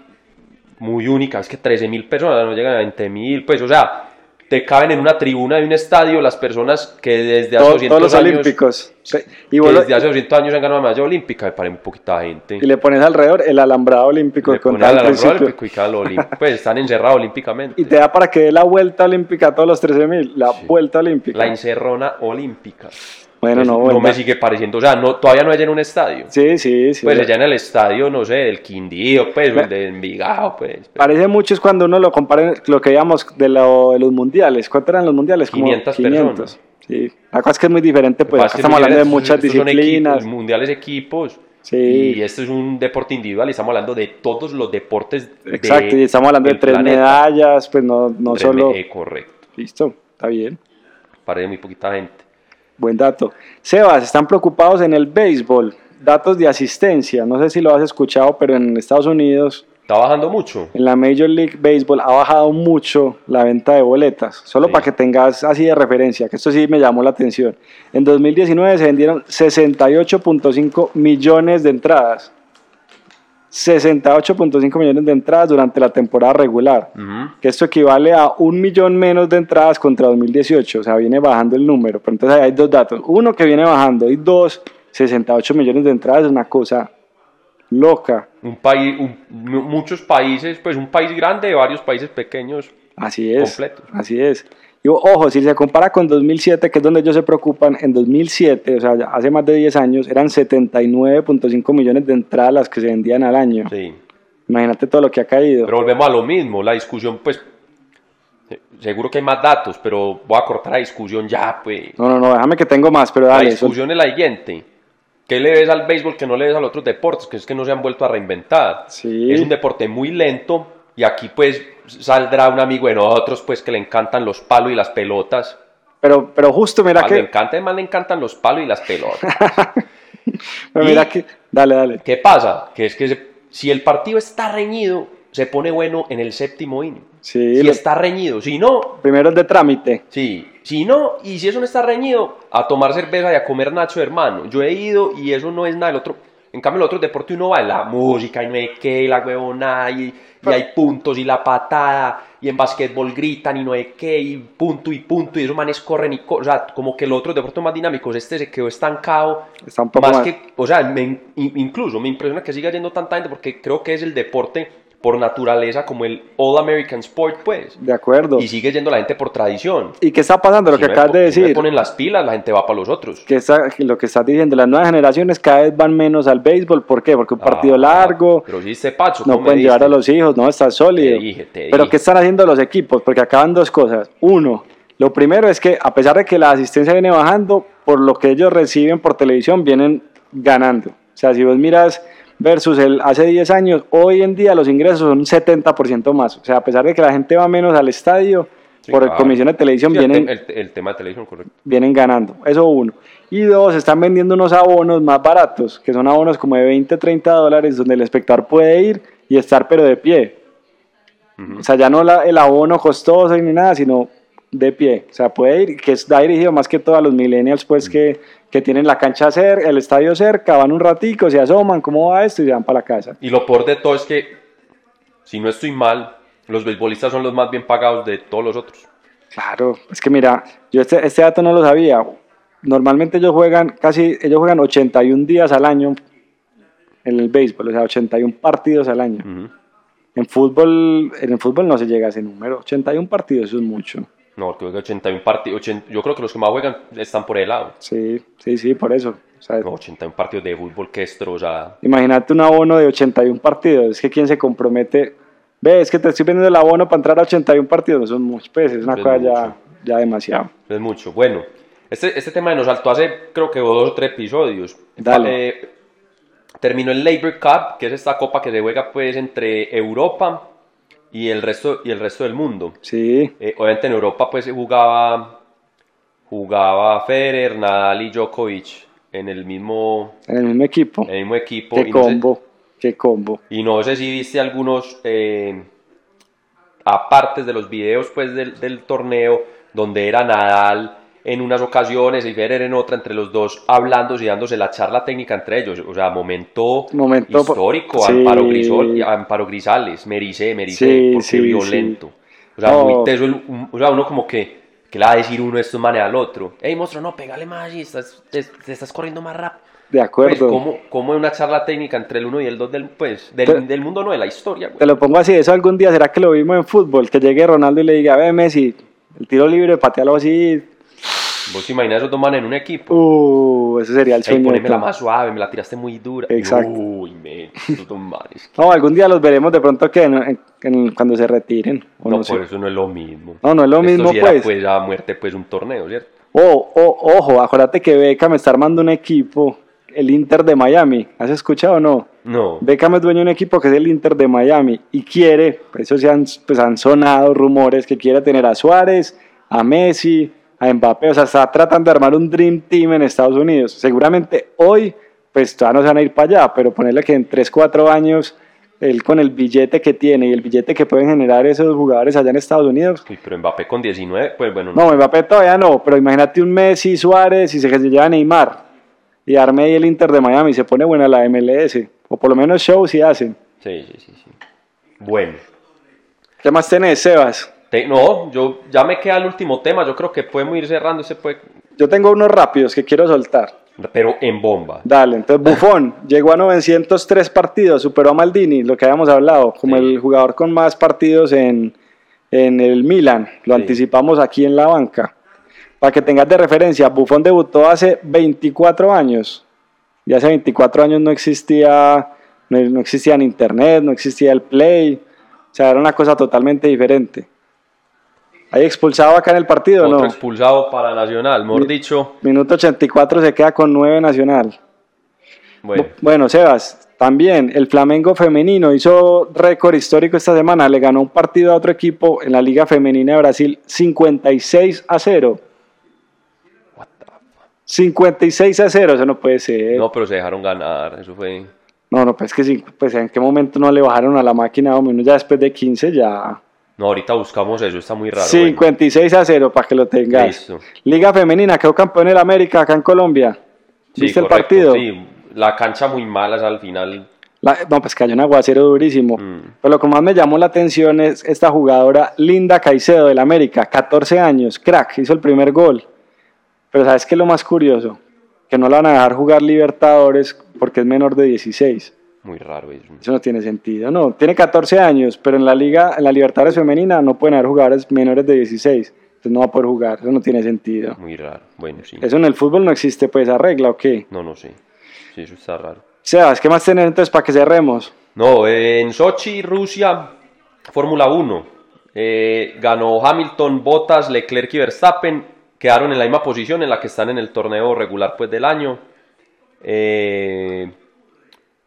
Speaker 3: muy única. Es que 13.000 personas no llegan a 20.000, pues, o sea, te caben en una tribuna de un estadio las personas que desde hace
Speaker 2: Todo-
Speaker 3: 200
Speaker 2: todos los
Speaker 3: años.
Speaker 2: olímpicos.
Speaker 3: que
Speaker 2: Y vos lo-
Speaker 3: desde hace 200 años han ganado la medalla olímpica, me parece muy poquita gente.
Speaker 2: Y le pones alrededor el alambrado olímpico
Speaker 3: Le
Speaker 2: con
Speaker 3: ponen al
Speaker 2: tal
Speaker 3: alambrado
Speaker 2: principio.
Speaker 3: olímpico y cada lo olímpico. Pues están encerrados olímpicamente.
Speaker 2: Y te da para que dé la vuelta olímpica a todos los 13.000. La
Speaker 3: Sí.
Speaker 2: vuelta olímpica.
Speaker 3: La encerrona olímpica.
Speaker 2: bueno,
Speaker 3: Pues,
Speaker 2: no,
Speaker 3: no
Speaker 2: vuelta.
Speaker 3: me sigue pareciendo, o sea, no, todavía no hay en un estadio.
Speaker 2: Sí, sí, sí.
Speaker 3: Pues allá en el estadio, no sé, del Quindío, pues, o
Speaker 2: Me-
Speaker 3: el de Envigado, pues. pero-
Speaker 2: Parece mucho es cuando uno lo compara en lo que veíamos de, lo- de los mundiales. ¿Cuántos eran los mundiales?
Speaker 3: 500 personas.
Speaker 2: Sí. La cosa es que es muy diferente, pues
Speaker 3: Pasa
Speaker 2: acá
Speaker 3: que
Speaker 2: estamos hablando de
Speaker 3: mundiales,
Speaker 2: muchas
Speaker 3: estos son
Speaker 2: disciplinas.
Speaker 3: equipos, mundiales equipos.
Speaker 2: Sí.
Speaker 3: Y esto es un deporte individual y estamos hablando de todos los deportes. de-
Speaker 2: Exacto, y estamos hablando de
Speaker 3: del
Speaker 2: tres
Speaker 3: planeta.
Speaker 2: medallas, pues no, no
Speaker 3: Tres
Speaker 2: solo...
Speaker 3: me- eh, correcto.
Speaker 2: Listo, está bien.
Speaker 3: Parece muy poquita gente.
Speaker 2: Buen dato. Sebas, están preocupados en el béisbol. Datos de asistencia. No sé si lo has escuchado, pero en Estados Unidos,
Speaker 3: Está bajando mucho.
Speaker 2: en la Major League Baseball, ha bajado mucho la venta de boletas. Solo
Speaker 3: Sí.
Speaker 2: para que tengas así de referencia, que esto sí me llamó la atención. En 2019 se vendieron 68.5 millones de entradas. 68.5 millones de entradas durante la temporada regular
Speaker 3: Ujú.
Speaker 2: que esto equivale a un millón menos de entradas contra 2018, o sea, viene bajando el número, pero entonces ahí hay dos datos, uno que viene bajando y dos, 68 millones de entradas es una cosa loca,
Speaker 3: Un país, un- mu- muchos países, pues un país grande y varios países pequeños.
Speaker 2: así es,
Speaker 3: Completo.
Speaker 2: así es. Y o- ojo, si se compara con 2007, que es donde ellos se preocupan, en 2007, o sea, ya hace más de 10 años, eran 79.5 millones de entradas las que se vendían al año.
Speaker 3: Sí.
Speaker 2: Imagínate todo lo que ha caído.
Speaker 3: Pero volvemos a lo mismo. La discusión, pues. eh, Seguro que hay más datos, pero voy a cortar la discusión ya, pues.
Speaker 2: no, no, no, déjame que tengo más, pero dale.
Speaker 3: la
Speaker 2: eso-
Speaker 3: discusión es la siguiente. ¿Qué le ves al béisbol que no le ves a los otros deportes? Que es que no se han vuelto a reinventar.
Speaker 2: Sí.
Speaker 3: Es un deporte muy lento y aquí pues saldrá un amigo de nosotros pues que le encantan los palos y las pelotas.
Speaker 2: Pero, pero justo, mira
Speaker 3: A
Speaker 2: que...
Speaker 3: le encanta, además le encantan los palos y las pelotas.
Speaker 2: Pero
Speaker 3: Y-
Speaker 2: mira que, dale, dale.
Speaker 3: ¿Qué pasa? Que es que se- si el partido está reñido, se pone bueno en el séptimo inning.
Speaker 2: Sí,
Speaker 3: si
Speaker 2: lo-
Speaker 3: está reñido, si no,
Speaker 2: primero es de trámite.
Speaker 3: Sí, si no, y si eso no está reñido, a tomar cerveza y a comer nacho, hermano. Yo he ido y eso no es nada del otro. En cambio, el otro deporte uno va en la música y no hay que, la huevona, y, y hay puntos y la patada, y en basquetbol gritan y no hay que, y punto y punto, y esos manes corren y corren. O sea, como que el otro deporte más dinámicos, este se quedó estancado.
Speaker 2: Está un poco
Speaker 3: más,
Speaker 2: más.
Speaker 3: que, o sea, me in- incluso me impresiona que siga yendo tanta gente porque creo que es el deporte por naturaleza como el All American Sport, pues.
Speaker 2: De acuerdo.
Speaker 3: Y sigue yendo la gente por tradición.
Speaker 2: ¿Y qué está pasando? Lo
Speaker 3: Si
Speaker 2: que
Speaker 3: me
Speaker 2: acabas
Speaker 3: po-
Speaker 2: de
Speaker 3: si me
Speaker 2: decir.
Speaker 3: ponen las pilas, la gente va para los otros.
Speaker 2: que está- que lo que estás diciendo, las nuevas generaciones cada vez van menos al béisbol. ¿Por qué? Porque un partido
Speaker 3: Ah,
Speaker 2: largo,
Speaker 3: Pero si este Pacho,
Speaker 2: no
Speaker 3: ¿cómo me
Speaker 2: pueden llevar
Speaker 3: diste?
Speaker 2: a los hijos, no está sólido.
Speaker 3: Te dije, te
Speaker 2: Pero
Speaker 3: dije.
Speaker 2: ¿qué están haciendo los equipos? Porque acaban dos cosas. Uno, lo primero es que a pesar de que la asistencia viene bajando, por lo que ellos reciben por televisión, vienen ganando. O sea, si vos miras versus el hace 10 años, hoy en día los ingresos son un 70% más. O sea, a pesar de que la gente va menos al estadio,
Speaker 3: Sí,
Speaker 2: por
Speaker 3: claro.
Speaker 2: comisión de televisión
Speaker 3: Sí, el
Speaker 2: vienen
Speaker 3: te- el, el tema de televisión, correcto.
Speaker 2: vienen ganando. Eso uno. Y dos, están vendiendo unos abonos más baratos, que son abonos como de 20, 30 dólares, donde el espectador puede ir y estar pero de pie. O sea, ya no la- el abono costoso ni nada, sino de pie. O sea, puede ir, que está dirigido más que todo a los millennials, pues que, que tienen la cancha cerca, el estadio cerca, van un ratico, se asoman, cómo va esto y se van para la casa.
Speaker 3: Y lo peor de todo es que, si no estoy mal, los beisbolistas son los más bien pagados de todos los otros.
Speaker 2: Claro, es que mira, yo este, este dato no lo sabía. Normalmente ellos juegan casi, ellos juegan 81 días al año en el béisbol, o sea, 81 partidos al año.
Speaker 3: Ujú.
Speaker 2: En fútbol, en el fútbol no se llega a ese número, 81 partidos, eso es mucho.
Speaker 3: No, creo que 81 partidos. Yo creo que los que más juegan están por el lado.
Speaker 2: Sí, sí, sí, por eso. O sea,
Speaker 3: No, 81 partidos de fútbol, que destrozada.
Speaker 2: Imagínate un abono de 81 partidos, es que quien se compromete, ve, es que te estoy vendiendo el abono para entrar a 81 partidos, eso es mucho, pues, es una
Speaker 3: Es
Speaker 2: cosa ya,
Speaker 3: mucho.
Speaker 2: ya demasiado.
Speaker 3: Es mucho. Bueno, este, este tema nos saltó hace creo que dos o tres episodios.
Speaker 2: Dale.
Speaker 3: Eh, terminó el Labor Cup, que es esta copa que se juega pues entre Europa y el resto, y el resto del mundo.
Speaker 2: Sí,
Speaker 3: Eh, obviamente en Europa pues jugaba, jugaba Federer, Nadal y Djokovic en el mismo,
Speaker 2: en el mismo equipo.
Speaker 3: en el mismo equipo.
Speaker 2: Qué
Speaker 3: y no sé-
Speaker 2: combo, qué combo.
Speaker 3: y no sé si viste algunos eh, apartes de los videos pues, del, del torneo, donde era Nadal en unas ocasiones y Federer en otra, entre los dos hablando y dándose la charla técnica entre ellos. O sea, momento,
Speaker 2: Momento-
Speaker 3: histórico.
Speaker 2: sí.
Speaker 3: Amparo, Grisol, y ah, Amparo Grisales, Merice, Merice,
Speaker 2: Sí,
Speaker 3: porque
Speaker 2: sí,
Speaker 3: violento. O sea,
Speaker 2: No.
Speaker 3: muy teso. el- un- o sea, uno como que. Que le va a decir uno de estos manes al otro. Ey, monstruo, no, pégale más allí, estás- te, te estás corriendo más rápido.
Speaker 2: De
Speaker 3: Pues,
Speaker 2: acuerdo.
Speaker 3: ¿cómo, cómo es una charla técnica entre el 1 y el 2 del, pues, del,
Speaker 2: Pero-
Speaker 3: del mundo, no de la historia, güey?
Speaker 2: Te lo pongo así, eso algún día será que lo vimos en fútbol, que llegue Ronaldo y le diga, ve Messi, el tiro libre, patealo así,
Speaker 3: Vos te imaginas esos dos manes en un equipo.
Speaker 2: uh, ese sería el
Speaker 3: Ey,
Speaker 2: sueño. de
Speaker 3: ponémela
Speaker 2: todo.
Speaker 3: más suave, me la tiraste muy dura.
Speaker 2: Exacto.
Speaker 3: Uy, men, esos dos manes.
Speaker 2: No, algún día los veremos de pronto que en- en- en- cuando se retiren. o
Speaker 3: No,
Speaker 2: no sé.
Speaker 3: por eso no es lo mismo.
Speaker 2: No, no es lo
Speaker 3: Esto
Speaker 2: mismo,
Speaker 3: sí era,
Speaker 2: pues.
Speaker 3: pues, a muerte, pues, un torneo, ¿cierto?
Speaker 2: Oh, oh, ojo, acuérdate que Beckham está armando un equipo, el Inter de Miami. ¿Has escuchado o no?
Speaker 3: No.
Speaker 2: Beckham es dueño de un equipo que es el Inter de Miami y quiere, por eso se han, pues han sonado rumores que quiere tener a Suárez, a Messi, a Mbappé, o sea, está tratando de armar un Dream Team en Estados Unidos. Seguramente hoy, pues todavía no se van a ir para allá, pero ponerle que en 3, 4 años, él con el billete que tiene y el billete que pueden generar esos jugadores allá en Estados Unidos.
Speaker 3: Uy, pero Mbappé con 19, pues, bueno, no.
Speaker 2: No, Mbappé todavía no, pero imagínate un Messi, Suárez y se que se lleva a Neymar y arme ahí el Inter de Miami, se pone buena la MLS, o por lo menos show si hacen.
Speaker 3: Sí, sí, sí, sí. Bueno.
Speaker 2: ¿Qué más tenés, Sebas?
Speaker 3: Te- no, yo ya me queda el último tema. Yo creo que podemos ir cerrando ese, pues,
Speaker 2: Yo tengo unos rápidos que quiero soltar.
Speaker 3: pero en bomba.
Speaker 2: Dale, entonces Buffon llegó a 903 partidos, superó a Maldini, lo que habíamos hablado, como
Speaker 3: Sí.
Speaker 2: el jugador con más partidos en, en el Milan. Lo
Speaker 3: Sí.
Speaker 2: anticipamos aquí en la banca. Para que tengas de referencia, Buffon debutó hace 24 años. Y hace 24 años no existía, no, no existía en internet, no existía el play. O sea, era una cosa totalmente diferente. ¿Hay expulsado acá en el partido o
Speaker 3: Otro
Speaker 2: no?
Speaker 3: expulsado para Nacional, mejor
Speaker 2: Mi-
Speaker 3: dicho.
Speaker 2: Minuto 84 se queda con 9 Nacional.
Speaker 3: Bueno,
Speaker 2: Bueno, Sebas, también el Flamengo femenino hizo récord histórico esta semana. Le ganó un partido a otro equipo en la Liga Femenina de Brasil 56 a 0. 56 a 0, eso no puede ser. No,
Speaker 3: no, pero se dejaron ganar, eso fue...
Speaker 2: no, pues que sí, pues en qué momento no le bajaron a la máquina, o menos ya después de 15 ya.
Speaker 3: No, ahorita buscamos eso, está muy raro. bueno.
Speaker 2: 56 a 0 para que lo tengas.
Speaker 3: Listo.
Speaker 2: Liga femenina, quedó campeón en América acá en Colombia.
Speaker 3: Sí,
Speaker 2: ¿Viste el
Speaker 3: correcto,
Speaker 2: partido?
Speaker 3: Sí, la cancha muy mala o sea, al final.
Speaker 2: La- no, pues cayó un aguacero durísimo.
Speaker 3: Mm.
Speaker 2: Pero lo que más me llamó la atención es esta jugadora Linda Caicedo del América, 14 años, crack, hizo el primer gol. Pero ¿sabes qué es lo más curioso? Que no la van a dejar jugar Libertadores porque es menor de 16.
Speaker 3: Muy raro eso.
Speaker 2: Eso no tiene sentido, no. Tiene 14 años, pero en la Liga, en la Libertadores Femenina no pueden haber jugadores menores de 16. Entonces no va a poder jugar, eso no tiene sentido.
Speaker 3: Muy raro. Bueno, sí.
Speaker 2: Eso en el fútbol no existe, pues, esa regla o qué.
Speaker 3: No, no sé. Sí, eso está raro.
Speaker 2: Sebas, ¿qué más tener entonces para que cerremos?
Speaker 3: No, eh, en Sochi, Rusia, Fórmula 1. eh, ganó Hamilton, Bottas, Leclerc y Verstappen. Quedaron en la misma posición en la que están en el torneo regular pues, del año. Eh,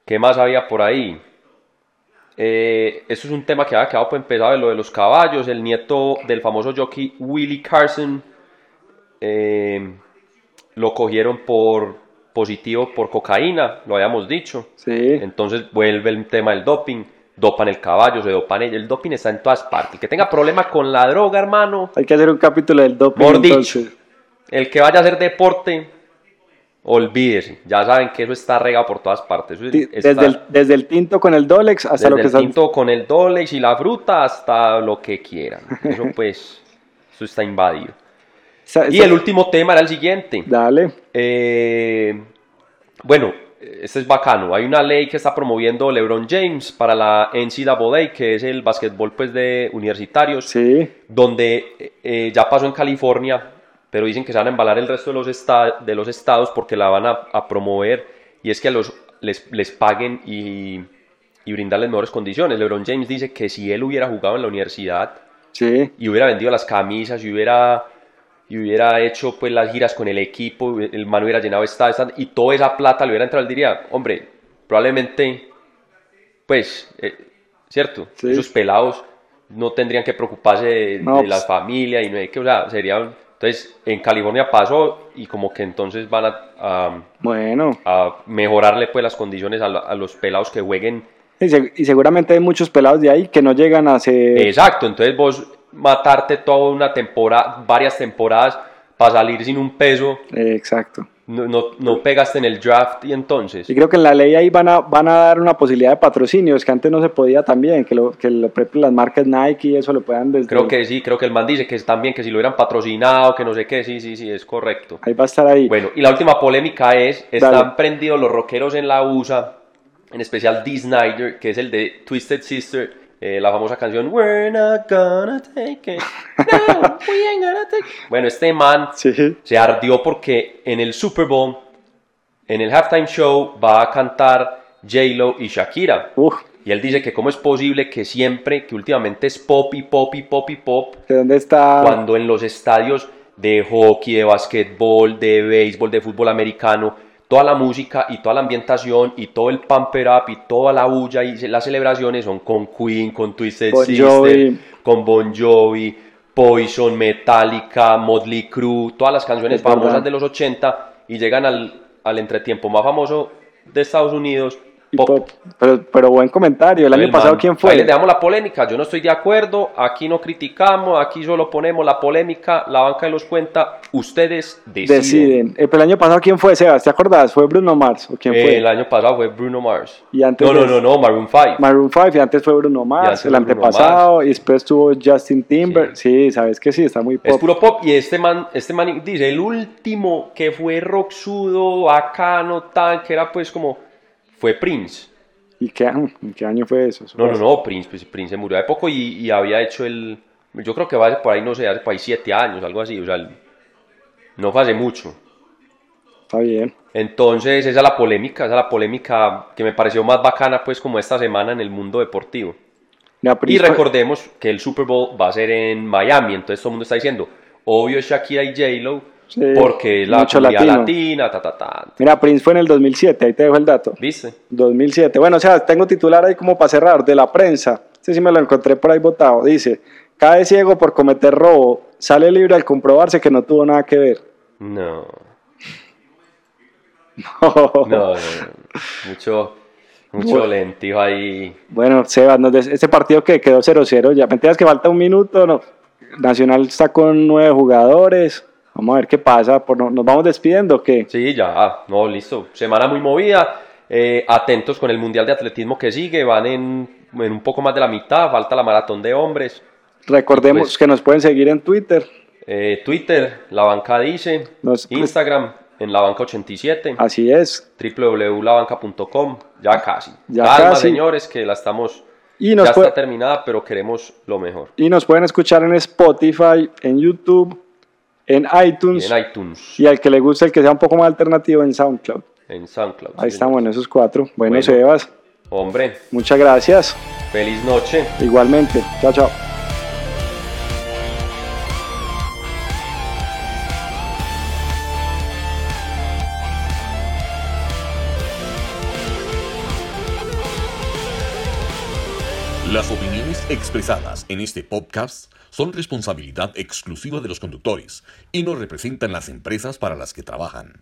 Speaker 3: ¿Qué más había por ahí? Eh, eso es un tema que había quedado pues, empezado de lo de los caballos. El nieto del famoso jockey Willie Carson eh, lo cogieron por positivo por cocaína, lo habíamos dicho.
Speaker 2: Sí.
Speaker 3: Entonces vuelve el tema del doping. Dopan el caballo, se dopan ellos. El doping está en todas partes. El que tenga problemas con la droga, hermano,
Speaker 2: Hay que hacer un capítulo del doping.
Speaker 3: por dicho,
Speaker 2: entonces.
Speaker 3: el que vaya a hacer deporte, olvídese. Ya saben que eso está regado por todas partes. Eso
Speaker 2: Ti-
Speaker 3: está-
Speaker 2: Desde el, desde el tinto con el Dolex hasta
Speaker 3: desde
Speaker 2: lo que
Speaker 3: el
Speaker 2: está
Speaker 3: tinto con el Dolex y la fruta hasta lo que quieran. Eso pues, eso está invadido.
Speaker 2: sa-
Speaker 3: Y
Speaker 2: sa-
Speaker 3: el último tema era el siguiente.
Speaker 2: Dale.
Speaker 3: Eh, bueno, este es bacano. Hay una ley que está promoviendo LeBron James para la NCAA, que es el basquetbol pues, de universitarios,
Speaker 2: Sí.
Speaker 3: donde eh, eh, ya pasó en California, pero dicen que se van a embalar el resto de los, esta- de los estados porque la van a, a promover y es que a los, les, les paguen y, y brindarles mejores condiciones. LeBron James dice que si él hubiera jugado en la universidad,
Speaker 2: Sí.
Speaker 3: y hubiera vendido las camisas y hubiera, y hubiera hecho pues las giras con el equipo, el man hubiera llenado esta, y toda esa plata le hubiera entrado, él diría, hombre, probablemente, pues, eh, ¿cierto?
Speaker 2: Sí.
Speaker 3: Esos pelados no tendrían que preocuparse de,
Speaker 2: No,
Speaker 3: de la
Speaker 2: pues.
Speaker 3: familia y no hay que, o sea, sería... Entonces, en California pasó y como que entonces van a, a-
Speaker 2: Bueno.
Speaker 3: a mejorarle pues las condiciones a, la- a los pelados que jueguen
Speaker 2: Y, se- y seguramente hay muchos pelados de ahí que no llegan a ser.
Speaker 3: Exacto, entonces vos matarte toda una temporada, varias temporadas para salir sin un peso,
Speaker 2: Eh, exacto.
Speaker 3: no, no, no pegaste en el draft y entonces
Speaker 2: Y creo que en la ley ahí van a, van a dar una posibilidad de patrocinios que antes no se podía también, que, lo, que lo- por ejemplo, las marcas Nike y eso lo puedan desde...
Speaker 3: creo que sí, creo que el man dice que es también que si lo hubieran patrocinado, que no sé qué, sí, sí, sí, es correcto.
Speaker 2: Ahí va a estar ahí.
Speaker 3: Bueno, y la última polémica es, están
Speaker 2: Dale.
Speaker 3: prendidos los rockeros en la USA, en especial Dee Snyder, que es el de Twisted Sister, eh, la famosa canción We're not gonna take it. No, we ain't gonna take it. Bueno, este man
Speaker 2: Sí.
Speaker 3: se ardió porque en el Super Bowl, en el halftime show, va a cantar J-Lo y Shakira.
Speaker 2: Uf,
Speaker 3: Y él dice que cómo es posible que siempre, que últimamente es pop y pop y pop y pop,
Speaker 2: ¿de dónde está?
Speaker 3: cuando en los estadios de hockey, de basquetbol, de béisbol, de fútbol americano, toda la música y toda la ambientación y todo el pamper up y toda la bulla y las celebraciones son con Queen, con Twisted
Speaker 2: Bon
Speaker 3: Sister,
Speaker 2: Jovi.
Speaker 3: con Bon Jovi, Poison, Metallica, Motley Crue, todas las canciones
Speaker 2: Es verdad.
Speaker 3: famosas de los 80 y llegan al, al entretiempo más famoso de Estados Unidos,
Speaker 2: Y
Speaker 3: pop.
Speaker 2: pop. Pero, pero buen comentario. El año
Speaker 3: El
Speaker 2: pasado,
Speaker 3: man.
Speaker 2: ¿quién
Speaker 3: Ahí
Speaker 2: fue?
Speaker 3: les dejamos la polémica. Yo no estoy de acuerdo. Aquí no criticamos. Aquí solo ponemos la polémica. La banca de los cuenta. Ustedes deciden.
Speaker 2: Deciden. Eh, pero el año pasado, ¿quién fue, Sebas? ¿Te acordás? ¿Fue Bruno Mars o quién
Speaker 3: Eh,
Speaker 2: fue?
Speaker 3: el año pasado fue Bruno Mars.
Speaker 2: Y antes
Speaker 3: no, no,
Speaker 2: de-
Speaker 3: no, no, Maroon 5.
Speaker 2: Maroon 5 y antes fue Bruno
Speaker 3: Y
Speaker 2: Mars,
Speaker 3: antes
Speaker 2: el
Speaker 3: fue Bruno
Speaker 2: antepasado, y después estuvo Justin Timber. Sí, sabes que sí, está muy
Speaker 3: es
Speaker 2: pop.
Speaker 3: puro pop. Y este man, este man dice: el último que fue roxudo, bacano, tan, que era pues como. Fue Prince.
Speaker 2: ¿Y qué, año- en qué año fue eso?
Speaker 3: No, no, no, Prince. Pues, Prince se murió hace poco y, y había hecho el. Yo creo que va por ahí, no sé, hace por ahí 7 años, algo así. O sea, el- no fue hace mucho.
Speaker 2: Está bien.
Speaker 3: Entonces, esa es la polémica, esa es la polémica que me pareció más bacana, pues, como esta semana en el mundo deportivo.
Speaker 2: Mira,
Speaker 3: Y
Speaker 2: Prince fue-
Speaker 3: recordemos que el Super Bowl va a ser en Miami, entonces todo el mundo está diciendo, obvio es Shakira y J-Lo,
Speaker 2: Sí,
Speaker 3: porque es la
Speaker 2: mucho
Speaker 3: comunidad
Speaker 2: latino.
Speaker 3: latina, ta, ta, ta.
Speaker 2: Mira, Prince fue en el 2007, ahí te dejo el dato.
Speaker 3: ¿Viste?
Speaker 2: 2007. Bueno, o sea, tengo titular ahí como para cerrar, de la prensa. Este sí me lo encontré por ahí botado. Dice, cae ciego por cometer robo, sale libre al comprobarse que no tuvo nada que ver.
Speaker 3: No, no, no, no. Mucho, mucho
Speaker 2: Bueno.
Speaker 3: lentijo ahí.
Speaker 2: Bueno, Sebas, nos des- este partido que quedó 0-0, ya mentiras que falta un minuto, no. Nacional está con nueve jugadores. Vamos a ver qué pasa. por no- ¿Nos vamos despidiendo o qué?
Speaker 3: Sí, ya, no, listo. Semana muy movida. eh, atentos con el Mundial de Atletismo que sigue, van en, en un poco más de la mitad, falta la maratón de hombres.
Speaker 2: Recordemos
Speaker 3: Pues-
Speaker 2: que nos pueden seguir en Twitter.
Speaker 3: Eh, Twitter, La Banca Dice,
Speaker 2: Nos-
Speaker 3: Instagram, en La Banca 87.
Speaker 2: Así es.
Speaker 3: www.labanca.com. Ya casi.
Speaker 2: Ah, Ya
Speaker 3: Calma,
Speaker 2: casi.
Speaker 3: señores, que la estamos.
Speaker 2: Y nos
Speaker 3: ya
Speaker 2: puede-
Speaker 3: está terminada, pero queremos lo mejor.
Speaker 2: Y nos pueden escuchar en Spotify, en YouTube, en
Speaker 3: Y
Speaker 2: iTunes
Speaker 3: en iTunes,
Speaker 2: y al que le guste, el que sea un poco más alternativo, en SoundCloud.
Speaker 3: en SoundCloud.
Speaker 2: Ahí
Speaker 3: señor.
Speaker 2: estamos en esos cuatro. Bueno,
Speaker 3: Bueno.
Speaker 2: Sebas,
Speaker 3: Hombre,
Speaker 2: muchas gracias.
Speaker 3: feliz noche.
Speaker 2: Igualmente. Chao, chao.
Speaker 1: Las opiniones expresadas en este podcast son responsabilidad exclusiva de los conductores y no representan las empresas para las que trabajan.